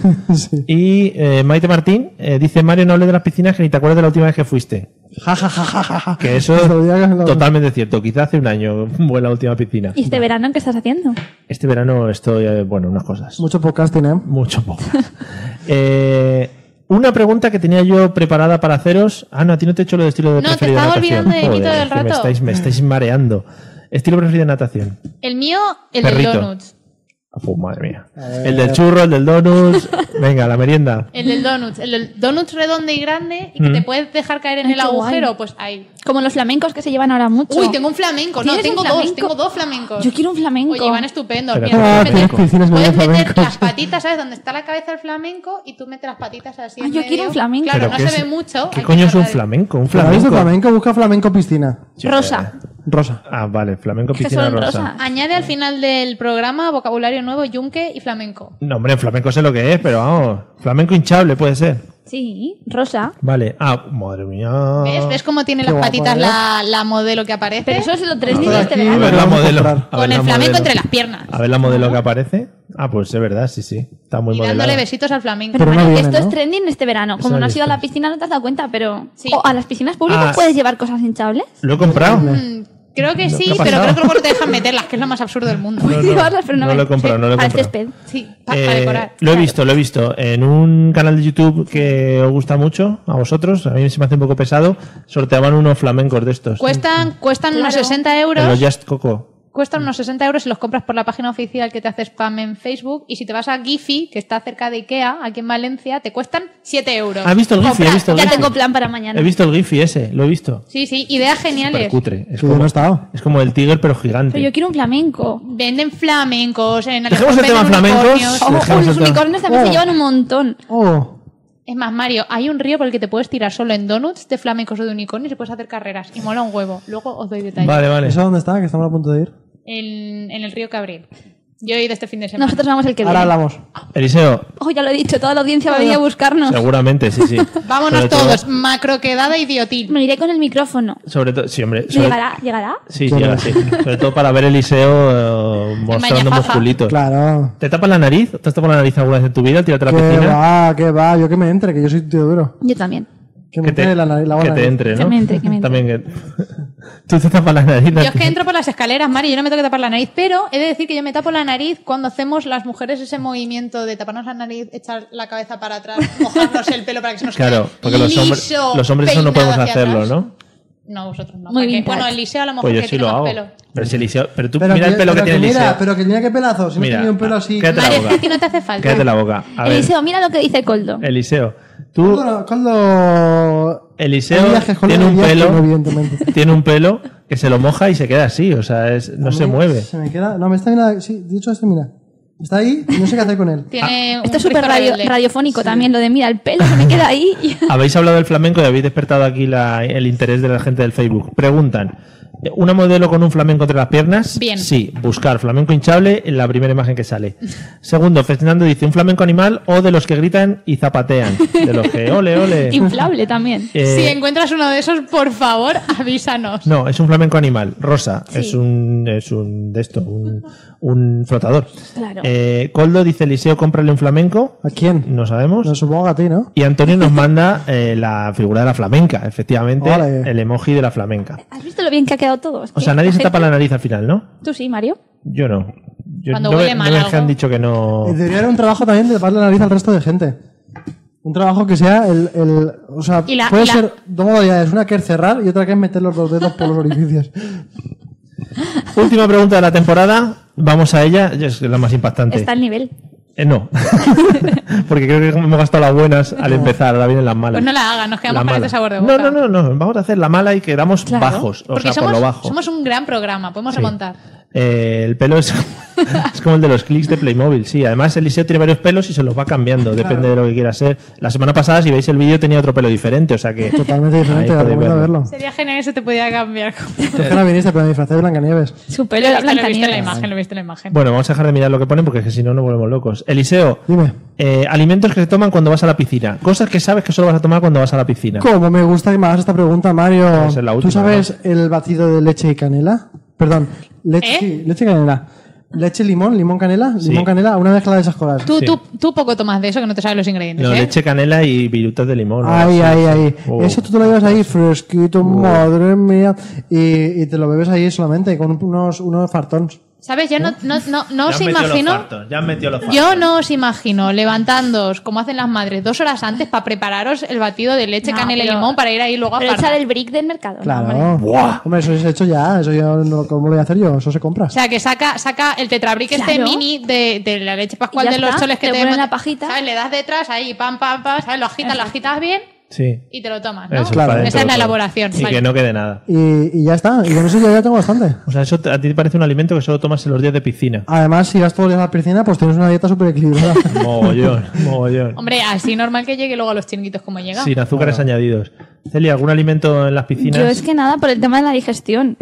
A: Y eh, Maite Martín eh, dice: Mario, no hable de las piscinas que ni te acuerdas de la última vez que fuiste.
D: Ja, ja, ja, ja, ja, ja.
A: Que eso es totalmente cierto. Quizá hace un año fue la última piscina.
C: ¿Y este verano qué estás haciendo?
A: Este verano estoy, eh, bueno, unas cosas.
D: Mucho podcasting, ¿eh?
A: Mucho podcast. Eh, una pregunta que tenía yo preparada para haceros. Ah, no, a ti no te he hecho lo de estilo de
B: No, te
A: preferido
B: estaba
A: natación.
B: olvidando de
A: Joder,
B: mí todo el
A: que Me
B: rato.
A: estáis, me estáis mareando. Estilo preferido de natación.
B: El mío, el
A: Perrito.
B: del donuts.
A: Oh, madre mía. El del churro, el del donuts. Venga, la merienda.
B: El del donuts. El del donuts redondo y grande y que
A: Mm.
B: te puedes dejar caer en
C: Ay,
B: el
C: qué
B: agujero,
C: guay.
B: pues ahí.
C: Como los flamencos que se llevan ahora mucho.
B: Uy, tengo un flamenco. No,
C: ¿Tienes
B: tengo
C: un
B: dos.
C: flamenco?
B: Tengo dos flamencos.
C: Yo quiero un flamenco.
B: Oye, van estupendos.
A: Pero
B: Mira,
A: ¿cómo
B: puedes
A: que
B: meter-
A: flamenco?
D: Piscinas
B: puedes
D: Ah, medio
B: meter
D: flamencos.
B: las patitas, ¿sabes? Donde está la cabeza del flamenco y tú metes las patitas así.
C: Ah,
B: en
C: yo
B: medio.
C: quiero un flamenco.
B: Claro,
A: Pero
B: no
A: ¿qué
B: se
A: es-
B: ve mucho.
A: ¿Qué
B: hay
A: coño
B: que
A: es un
B: hablar de-
A: flamenco? Un
D: ¿Habéis visto
A: flamenco.
D: flamenco? Busca flamenco piscina.
C: Rosa.
D: Rosa.
A: Ah, vale, flamenco
C: que
A: piscina
C: son
A: rosa.
C: rosa.
B: Añade al final del programa vocabulario nuevo, yunque y flamenco.
A: No, hombre, flamenco sé lo que es, pero vamos. Flamenco hinchable puede ser.
C: Sí, rosa.
A: Vale. Ah, madre mía.
B: ¿Ves? ¿Ves cómo tiene
A: Ah, Qué
B: las
A: guapo,
B: patitas
A: ¿eh?
B: la, la modelo que aparece? Pero
C: eso es lo tres
A: A
C: días
A: ver,
C: este verano.
A: a ver la modelo. a ver
B: Con
A: la
B: el flamenco
A: modelo.
B: entre las piernas.
A: A ver la modelo que aparece. Ah, pues es verdad, sí, sí. Está muy
B: Y
A: modelada.
B: dándole besitos al flamenco.
A: Pero no
C: Bueno,
A: viene,
C: esto es
A: ¿no?
C: trending este verano.
A: Eso
C: Como no has
A: es
C: ido a la piscina no te has dado cuenta, pero O a las piscinas
A: Ah.
C: públicas puedes llevar cosas hinchables.
A: Lo he comprado.
C: Mm,
B: Creo que
A: No,
B: sí,
A: ¿qué ha
B: pero
A: pasado?
B: creo que luego no te dejan meterlas, que es lo más absurdo del mundo.
A: No, no,
C: Llevarlas, pero no,
A: no
C: me-
A: lo he comprado, no lo he
C: Al
A: comprado.
C: césped.
B: Sí,
C: para
A: Eh, lo he visto, lo he visto. En un canal de YouTube que os gusta mucho, a vosotros, a mí se me hace un poco pesado, sorteaban unos flamencos de estos.
B: Cuestan, cuestan unos 60
A: En los
B: euros.
A: Just Coco.
B: Cuestan unos 60 euros si los compras por la página oficial que te hace spam en Facebook. Y si te vas a Giphy, que está cerca de Ikea, aquí en Valencia, te cuestan 7 euros.
A: ¿Has Ah, visto el Giphy? ¿Has visto el
C: ya
A: Giphy?
C: tengo plan para mañana.
A: He visto el Giphy ese, lo he visto.
B: Sí, sí, ideas
A: Pero
B: geniales.
A: cutre. Es como, es como el Tiger, pero gigante.
C: Pero yo quiero un flamenco.
B: Venden flamencos. En
A: Dejemos el tema
B: venden
A: flamencos,
B: unicornios.
A: dejemos
C: Oh,
A: el
C: los
A: tema.
C: unicornios también
A: Oh.
C: se llevan un montón.
D: Oh,
B: Es más, Mario, hay un río por el que te puedes tirar solo en donuts de flamencos o de unicornios y puedes hacer carreras. Y mola un huevo. Luego os doy detalles.
A: vale.
D: ¿Eso dónde está? Que estamos a punto de ir.
B: En, en el río Cabril. Yo he ido este fin de semana.
C: Nosotros vamos el que
D: Ahora
C: viene.
D: hablamos.
A: Eliseo,
C: Oh, ya lo he dicho, toda la audiencia va a venir a buscarnos.
A: seguramente, sí, sí.
B: Vámonos
A: Sobre todo-
B: todos. Macroquedada idiotil.
C: Me iré con el micrófono.
A: Sobre todo, sí, hombre. sobre-
C: ¿Llegará? ¿Llegará?
A: Sí, sí, ahora sí. Sobre todo para ver Eliseo eh, mostrando
C: mañafaja.
A: musculitos.
D: Claro.
A: ¿Te tapas la nariz? ¿Te has tapado la nariz alguna vez en tu vida? Tírate a la
D: Que
A: piscina.
D: va, que va. Yo que me entre, que yo soy un tío duro.
C: Yo también.
D: Que me
A: Que te,
D: entre la nariz, la
A: que
D: buena
A: te
D: nariz.
A: entre, ¿no?
C: Que me entre, que me entre.
A: También que... Tú te tapas la nariz.
B: Yo es que entro por las escaleras, Mario, yo no me tengo que tapar la nariz, pero he de decir que yo me tapo la nariz cuando hacemos las mujeres ese movimiento de taparnos la nariz, echar la cabeza para atrás, mojarnos el pelo para que se nos
A: Claro,
B: quede
A: porque los, hombres
B: liso,
A: los hombres eso no
B: peinado
A: podemos
B: hacia
A: hacerlo,
B: atrás.
A: ¿no?
B: No, vosotros no.
C: Muy
B: porque-
C: vintage.
B: Bueno, el liceo a lo mejor
A: Pues yo
B: que
A: sí
B: tiene
A: lo
B: más
A: hago.
B: pelo.
A: Pero si Eliseo... Pero tú mira el pelo que, tiene
D: mira,
A: Eliseo.
D: Pero que mira qué pelazo. Si
A: Mira,
D: no tenía un pelo así.
A: quédate la
B: Mario,
A: boca.
B: es que a ti no te hace falta.
A: Cállate la boca. A ver, Eh,
C: Eliseo, mira lo que dice Coldo.
A: Eliseo. Tú,
D: Coldo- Coldo-
A: Eliseo
D: hay viajes, Coldo,
A: tiene
D: hay
A: un
D: viajes,
A: pelo...
D: no, evidentemente.
A: tiene un pelo que se lo moja y se queda así, o sea, es- no se mueve.
D: Se me queda. No, me está mirando. Sí, dicho esto, mira. Está ahí y no sé qué hacer con él.
B: Tiene un
C: Ah, Esto es súper
B: Cristo
C: radio-
B: rebelde.
C: radiofónico también, lo de mira, el pelo se me queda ahí.
A: Habéis hablado del flamenco y habéis despertado aquí la- el interés de la gente del Facebook. Preguntan, ¿una modelo con un flamenco entre las piernas?
B: Bien.
A: Sí, buscar flamenco hinchable en la primera imagen que sale. Segundo, Fernando dice, ¿un flamenco animal o de los que gritan y zapatean? De los que, ole, ole.
C: Inflable también.
A: Eh,
B: Si encuentras uno de esos, por favor, avísanos.
A: No, es un flamenco animal, rosa.
B: Sí.
A: Es un, es un de esto, un, un flotador.
B: Claro.
A: Eh, Coldo dice, Eliseo, cómprale un flamenco.
D: ¿A quién?
A: No sabemos.
D: Mm. No supongo que a ti, ¿no?
A: Y Antonio nos manda eh, la figura de la flamenca, efectivamente,
D: Ole.
A: el emoji de la flamenca.
C: ¿Has visto lo bien que ha quedado todo? Es
A: O
C: que
A: sea, nadie se
C: gente-
A: tapa la nariz al final, ¿no?
C: Tú sí, Mario.
A: Yo no. Yo
C: Cuando
A: no me-
C: huele mal
A: no me
C: algo.
A: han dicho que no.
D: Eh, Debería haber un trabajo también de taparle la nariz al resto de gente. Un trabajo que sea el. el o sea,
B: Y la-
D: puede
B: y la-
D: ser dos modalidades: una que es cerrar y otra que es meter los dos dedos por los orificios.
A: Última pregunta de la temporada. Vamos a ella. Es la más impactante.
C: Está al nivel.
A: Eh, no. Porque creo que me he gastado las buenas al empezar. Ahora vienen las malas.
B: Pues no la hagas, nos
A: La
B: quedamos con
A: mala.
B: este sabor de
A: no,
B: boca.
A: no, no, no. Vamos a hacer la mala y quedamos
B: Claro,
A: bajos. O
B: porque
A: sea,
B: somos,
A: por lo bajo.
B: somos un gran programa, podemos
A: Sí.
B: remontar.
A: Eh, el pelo es, es como el de los clics de Playmobil, sí. Además, Eliseo tiene varios pelos y se los va cambiando, depende de lo que quiera ser. La semana pasada, si veis el vídeo, tenía otro pelo diferente, o sea que.
D: Totalmente diferente,
A: Ahí podéis
D: recomiendo
A: verlo.
B: Sería genial que se te pudiera cambiar.
D: ¿Por qué no viniste? Pero me disfrazé de Blancanieves.
B: Su pelo era Lo viste en la
D: Blancanieves.
B: imagen, lo viste en la imagen.
A: Bueno, vamos a dejar de mirar lo que ponen porque es que si no nos volvemos locos. Eliseo, eh, alimentos que se toman cuando vas a la piscina. Cosas que sabes que solo vas a tomar cuando vas a la piscina.
D: Como me gusta que me hagas esta pregunta, Mario.
A: Puede ser la
D: ¿Tú
A: última,
D: sabes el batido de leche y canela? Perdón, leche, sí, leche y canela. Leche, limón, limón, canela,
A: Sí.
D: limón, canela, una mezcla de esas cosas.
B: Tú, tú, tú poco tomas de eso, que no te sabes los ingredientes,
A: No,
B: ¿eh?
A: leche, canela y virutas de limón. ¿no?
D: Ahí,
A: Sí,
D: ahí,
A: sí.
D: ahí.
A: Oh.
D: Eso tú te lo llevas ahí fresquito, madre mía. Y, y te lo bebes ahí solamente con unos, unos fartons.
B: ¿Sabes? Yo no, no, no, no os
A: Ya han metido los
B: imagino.
A: fartos, ya han metido los fartos.
B: Yo no os imagino levantándoos, como hacen las madres, dos horas antes para prepararos el batido de leche,
C: No,
B: canela y
C: pero-
B: limón para ir ahí luego a
C: Pero
B: fartar.
C: echar el brick del mercado.
D: Claro.
C: hombre.
D: hombre. eso es hecho ya. Eso yo no, ¿Cómo lo voy a hacer yo? Eso se compra.
B: O sea, que saca, saca el tetrabric este
C: Claro.
B: mini de, de la leche pascual
C: Y ya
B: de los
C: está,
B: soles que
C: te
B: te,
C: ponen
B: manda-
C: la pajita.
B: ¿Sabes? Le das detrás ahí, pam, pam, pam, ¿sabes? Lo agitas, lo agitas bien
A: Sí.
B: y te lo tomas,
A: Eso
B: ¿no?
A: es para dentro
B: Esa es la
A: todo.
B: elaboración.
A: Y
B: vale.
A: que no quede nada.
D: Y, y ya está. Y con eso yo ya tengo bastante.
A: O sea, eso te- a ti te parece un alimento que solo tomas en los días de piscina.
D: Además, si vas todos los días a la piscina, pues tienes una dieta súper equilibrada.
A: Mogollón, mogollón.
B: Hombre, así normal que llegue luego a los chinguitos como llega.
A: Sin azúcares añadidos. Celia, ¿algún alimento en las piscinas?
C: Yo es que nada, por el tema de la digestión.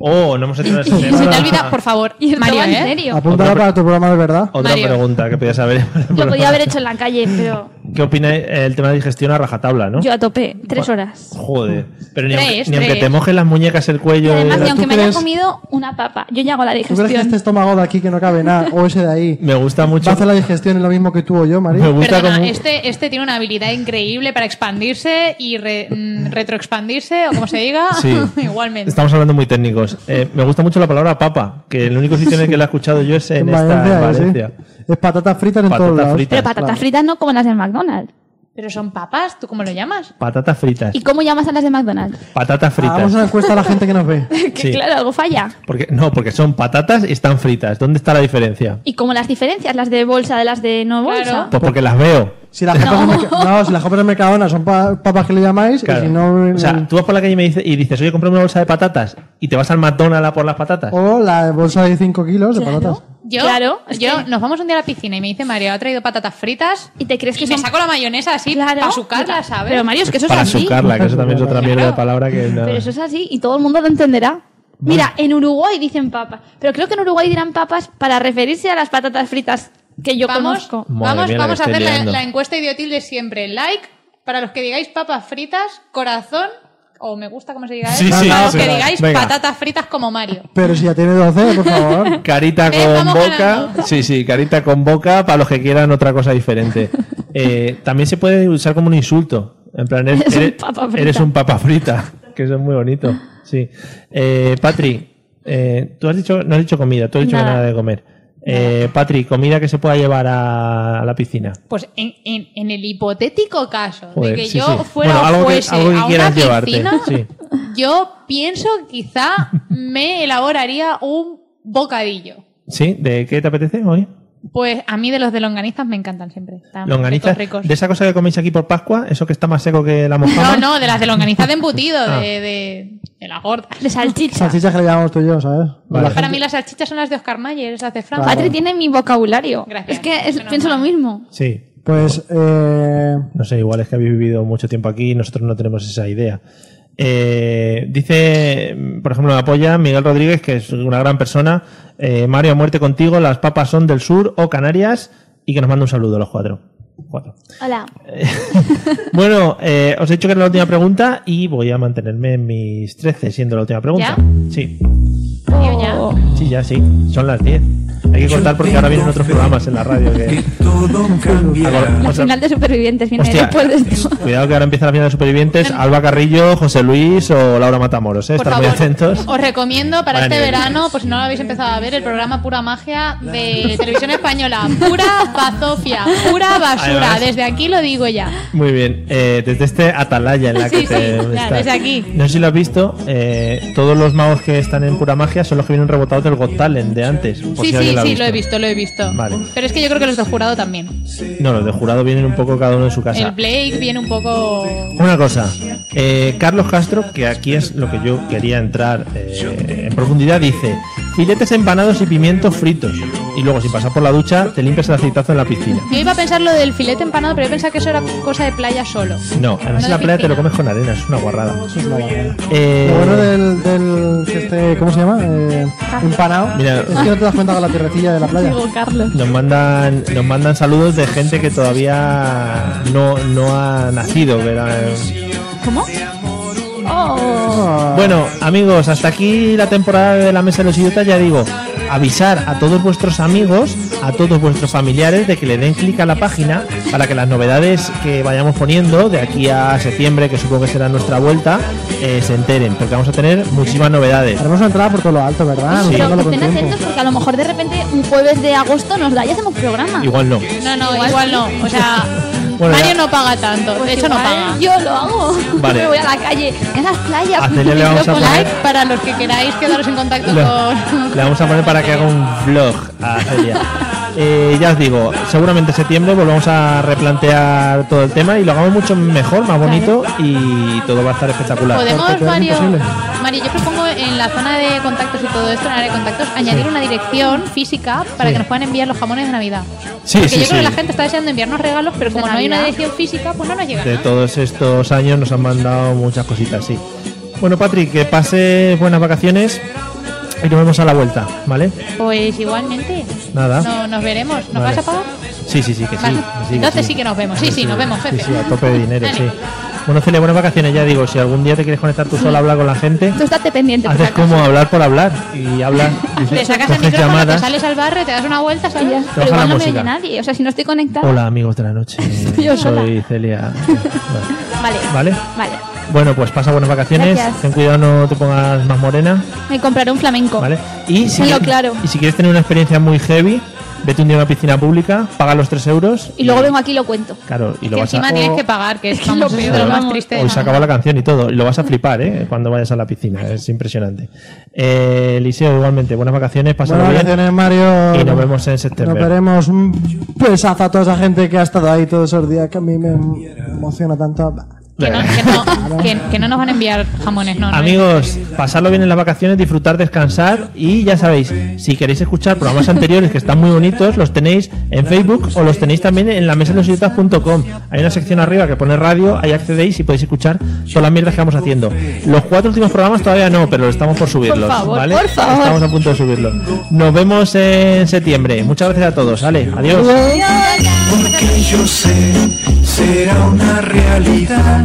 A: Oh, no hemos hecho una
B: Si te olvidas, por favor,
C: Y el
B: Mario,
C: tema en
B: ¿eh?
C: serio.
A: Ah,
D: Apúntala para tu programa de verdad.
A: Otra
C: Mario.
A: pregunta que podías saber.
C: Lo
A: pues
C: podía haber hecho en la calle, pero
A: ¿Qué opináis eh, el tema de digestión a rajatabla, no?
C: yo a tope, tres horas.
A: Joder. Pero ni,
C: Tres,
A: aunque, ni aunque
C: tres.
A: te mojes las muñecas, el
C: Y
A: cuello. eh,
C: además,
A: el-
C: y aunque
A: ¿Tú
C: me haya
A: crees-
C: comido una papa, yo ya hago la
D: ¿Tú crees que
C: digestión.
D: este estómago de aquí que no cabe nada o ese de ahí
A: Me gusta mucho.
D: va a hacer la digestión en lo mismo que tú o yo, María?
A: Me gusta
B: Perdona,
A: como.
B: este, este tiene una habilidad increíble para expandirse y re- mm, retroexpandirse, o como se diga,
A: Sí.
B: igualmente.
A: Estamos hablando muy técnicos. Eh, me gusta mucho la palabra papa, que el único sitio en el que la he escuchado yo es en,
D: En
A: esta, en
D: Valencia, ¿eh? ¿sí?
A: Valencia.
D: Es patatas fritas en
A: Patatas
D: todos lados.
A: fritas.
C: Pero patatas fritas no como las de McDonald's.
B: Pero son papas, ¿tú cómo lo llamas?
A: Patatas fritas.
C: ¿Y cómo llamas a las de McDonald's?
A: Patatas fritas.
D: Hagamos una encuesta Ah, a la gente que nos ve.
C: Que
A: Sí.
C: claro, algo falla.
A: Porque, no, porque son patatas y están fritas. ¿Dónde está la diferencia?
C: Y como las diferencias, las de bolsa de las de no bolsa.
A: Pues porque las veo.
D: Si las compras, en Merca- no, si las compras en Mercadona son pa- papas que le llamáis
A: Claro.
D: y si no... eh, mm,
A: O sea, tú vas por la calle y me dices, y dices, oye, comprame una bolsa de patatas y te vas al McDonald's a por las patatas.
D: o la bolsa de 5 kilos de patatas.
B: Yo, yo nos vamos un día a la piscina y me dice Mario, ha traído patatas fritas y
C: te crees
B: que me saco la mayonesa así para sucarla, ¿sabes?
C: Pero Mario, es que eso
A: Para
C: es así.
A: sucarla, que eso también es otra mierda de palabra que no.
C: Pero eso es así y todo el mundo lo entenderá. Mira, en Uruguay dicen papas, pero creo que en Uruguay dirán papas para referirse a las patatas fritas que yo
B: Vamos,
C: conozco.
A: Madre
B: vamos,
A: mía, la que
B: vamos a
A: estoy
B: hacer la,
A: liando.
B: la encuesta idiotil de siempre. Like para los que digáis papas fritas, corazón, o me gusta cómo se diga
A: Sí,
B: eso,
A: sí,
B: para los
A: sí,
B: que
A: sí.
B: digáis
A: Venga.
B: patatas fritas como Mario.
D: Pero si ya tiene 12, por favor.
C: Eh,
A: Carita
B: ¿Ves?
A: con
B: Vamos
A: boca.
B: ganando.
A: Sí, sí, carita con boca para los que quieran otra cosa diferente. Eh, también se puede usar como un insulto. En plan,
C: Eres
A: eres,
C: un
A: eres-
C: papa frita.
A: eres un papa frita, que eso es muy bonito. Sí. Eh, Patri, eh, tú has dicho, no has dicho comida, tú has dicho que
B: Nada.
A: nada de comer. Eh, Patri, comida que se pueda llevar a, a la piscina.
B: Pues en, en- en el hipotético caso
A: Joder,
B: de que
A: sí,
B: yo
A: sí.
B: fuera
A: Bueno, algo
B: o
A: que-
B: fuese
A: algo que
B: a una
A: quieras llevarte,
B: piscina,
A: sí.
B: yo pienso que quizá me elaboraría un bocadillo.
A: ¿Sí? ¿De qué te apetece hoy?
B: Pues a mí de los de longanistas me encantan siempre. Están
A: Longaniza.
B: ricos,
A: De
B: ricos.
A: esa cosa que coméis aquí por Pascua, eso que está más seco que la mojama.
B: No, no, de las de longanistas de embutido,
A: Ah.
B: de, de, de las gordas.
C: De salchicha.
D: Salchichas que le llamamos tú y yo, ¿sabes?
A: Vale.
B: Para mí las salchichas son las de Oscar Mayer, las de Francia.
C: Patri tiene mi vocabulario.
B: Gracias.
C: Es que es- pienso lo mismo.
A: Sí.
D: Pues, eh,
A: No sé, igual es que habéis vivido mucho tiempo aquí y nosotros no tenemos esa idea. Eh, dice, mm, por ejemplo, me apoya Miguel Rodríguez, que es una gran persona. eh, Mario, a muerte contigo, las papas son del sur o Canarias y que nos manda un saludo a los cuatro. Cuatro.
C: Hola.
A: Eh, Bueno, eh, os he dicho que era la última pregunta y voy a mantenerme en mis 13 siendo la última pregunta. Sí, sí, ya sí. Son las 10. Hay que cortar porque ahora vienen otros programas en la radio. Que...
C: La
A: O sea,
C: final de supervivientes viene
A: Hostia. eh,
C: después de este esto.
A: Cuidado que ahora empieza la final de supervivientes. Alba Carrillo, José Luis o Laura Matamoros, ¿eh?
B: Por
A: Estad muy
B: favor.
A: atentos.
B: Os recomiendo para
A: Vaya
B: este
A: nivel.
B: verano, pues si no lo habéis empezado a ver, el programa Pura Magia de Televisión Española. Pura bazofia, pura basura.
A: Además-
B: Desde aquí lo digo ya.
A: Muy bien. Eh, desde este atalaya en la que
B: Sí,
A: te
B: sí, ya,
A: estás.
B: desde aquí.
A: No sé si lo has visto. eh, todos los magos que están en pura magia son los que vienen rebotados del Got Talent de antes. por si
B: sí, sí,
A: alguien
B: sí,
A: ha
B: lo he visto, lo he visto.
A: Vale.
B: Pero es que yo creo que los del jurado también.
A: No, los de jurado vienen un poco cada uno en su
B: El
A: casa.
B: Blake viene un poco.
A: Una cosa, eh, Carlos Castro, que aquí es lo que yo quería entrar eh, en profundidad, dice, filetes empanados y pimientos fritos. Y luego, si pasas por la ducha, te limpias el aceitazo en la piscina.
B: Yo iba a pensar lo del filete empanado, pero yo pensaba que eso era cosa de playa solo.
A: No, además en
B: de
A: la playa te
B: piscina.
A: lo comes con arena, es una guarrada.
D: Lo bueno
A: Eh,
D: del, del que esté, ¿cómo se llama? Eh, empanado.
A: Mira.
D: Es que no te das cuenta con la tierrecilla de la playa.
B: Carlos.
A: Nos mandan, nos mandan saludos de gente que todavía no, no ha nacido, ¿verdad?
C: ¿Cómo?
A: Ah. Bueno, amigos, hasta aquí la temporada de la Mesa de los Idiotas. Ya digo, avisar a todos vuestros amigos, a todos vuestros familiares de que le den clic a la página para que las novedades que vayamos poniendo de aquí a septiembre, que supongo que será nuestra vuelta, eh, se enteren, porque vamos a tener muchísimas novedades.
D: Haremos una entrada por todo lo alto, ¿verdad?
A: Sí.
D: Anunciándolo
C: Pero
D: con
C: estén
D: tiempo.
C: atentos porque a lo mejor de repente un jueves de agosto nos da y hacemos programa.
A: Igual no.
B: No, no, igual, no. O sea,
A: Bueno,
B: Mario
A: ya. Pues
B: no paga tanto. de hecho, no paga.
C: Pues Yo lo hago.
A: Vale.
C: Me voy a la calle, en las playas.
A: A Celia le vamos a
B: Con
A: poner-
B: like para los que queráis quedaros en contacto
A: Le,
B: con.
A: le vamos a poner para que haga un vlog a Celia. Eh, ya os digo, seguramente en septiembre volvamos a replantear todo el tema y lo hagamos mucho mejor, más bonito y todo va a estar espectacular.
B: Podemos, Mario, Mario, yo propongo en la zona de contactos y todo esto, en la área de contactos, añadir una dirección física para
A: Sí.
B: que nos puedan enviar los jamones de Navidad.
A: Sí,
B: Porque
A: sí,
B: yo creo
A: sí.
B: que la gente está deseando enviarnos regalos, pero como
C: ¿De
B: no hay una
C: Navidad?
B: dirección física, pues no nos llega.
A: De
B: nada.
A: todos estos años nos han mandado muchas cositas, sí. Bueno, Patrick, que pases buenas vacaciones y nos vemos a la vuelta, ¿vale?
B: Pues igualmente.
A: Nada.
B: No, nos veremos. ¿Nos
A: Ah. Vale.
B: vas a pagar?
A: Sí, sí, sí, que sí.
B: Vale.
A: que que
B: Entonces sí que nos vemos. Sí, sí, nos vemos,
A: Sí,
B: jefe.
A: sí, a tope de dinero,
B: Dale.
A: sí. Bueno, Celia, buenas vacaciones, ya digo, si algún día te quieres conectar tú sola a hablar con la gente,
C: Tú estate pendiente. por
A: haces
C: si
A: como hablar por hablar y hablas,
B: Le sacas el
A: coges
B: micrófono, te
A: llamadas.
B: sales al barrio, te das una vuelta,
C: acaso.
B: ¿sabes?
C: Pero
A: la
C: igual no me
A: música.
C: oye nadie. O sea, si no estoy conectada.
A: Hola amigos de la noche,
C: yo sola.
A: soy Celia.
C: Vale.
A: ¿Vale?
C: Vale.
A: Bueno, pues pasa buenas vacaciones,
C: Gracias.
A: ten cuidado no te pongas más morena.
C: Me compraré un flamenco.
A: ¿Vale? Y si,
C: Tenlo
A: quieres-
C: claro.
A: y si quieres tener una experiencia muy heavy, vete un día a una piscina pública, paga los 3 euros.
C: Y luego vengo aquí y lo cuento.
A: Claro, y lo
B: Que
A: vas a.
B: encima tienes que pagar, que es,
C: lo
B: vamos, es de lo
A: peor,
B: más
C: vamos.
B: triste. de
A: Hoy
B: la
A: se acaba la canción y todo. Y lo vas a flipar, ¿eh? Cuando vayas a la piscina. Es impresionante. Eh, Eliseo, igualmente, buenas vacaciones. Pásalo
D: Buenas
A: bien.
D: vacaciones, Mario.
A: Y nos vemos en septiembre.
D: Nos veremos. Un besazo a toda esa gente que ha estado ahí todos esos días que a mí me emociona tanto.
B: Que no, que, no, que- que no nos van a enviar jamones, no. no.
A: Amigos, pasadlo bien en las vacaciones, disfrutar, descansar y ya sabéis, si queréis escuchar programas anteriores que están muy bonitos, los tenéis en Facebook o los tenéis también en la mesa de Hay una sección arriba que pone radio, ahí accedéis y podéis escuchar todas las mierdas que vamos haciendo. Los cuatro últimos programas todavía no, pero estamos por subirlos,
C: favor,
A: ¿vale?
C: por favor.
A: Estamos a punto de subirlos. Nos vemos en septiembre. Muchas gracias a todos, ¿vale? Adiós.
I: Porque yo sé, será una realidad.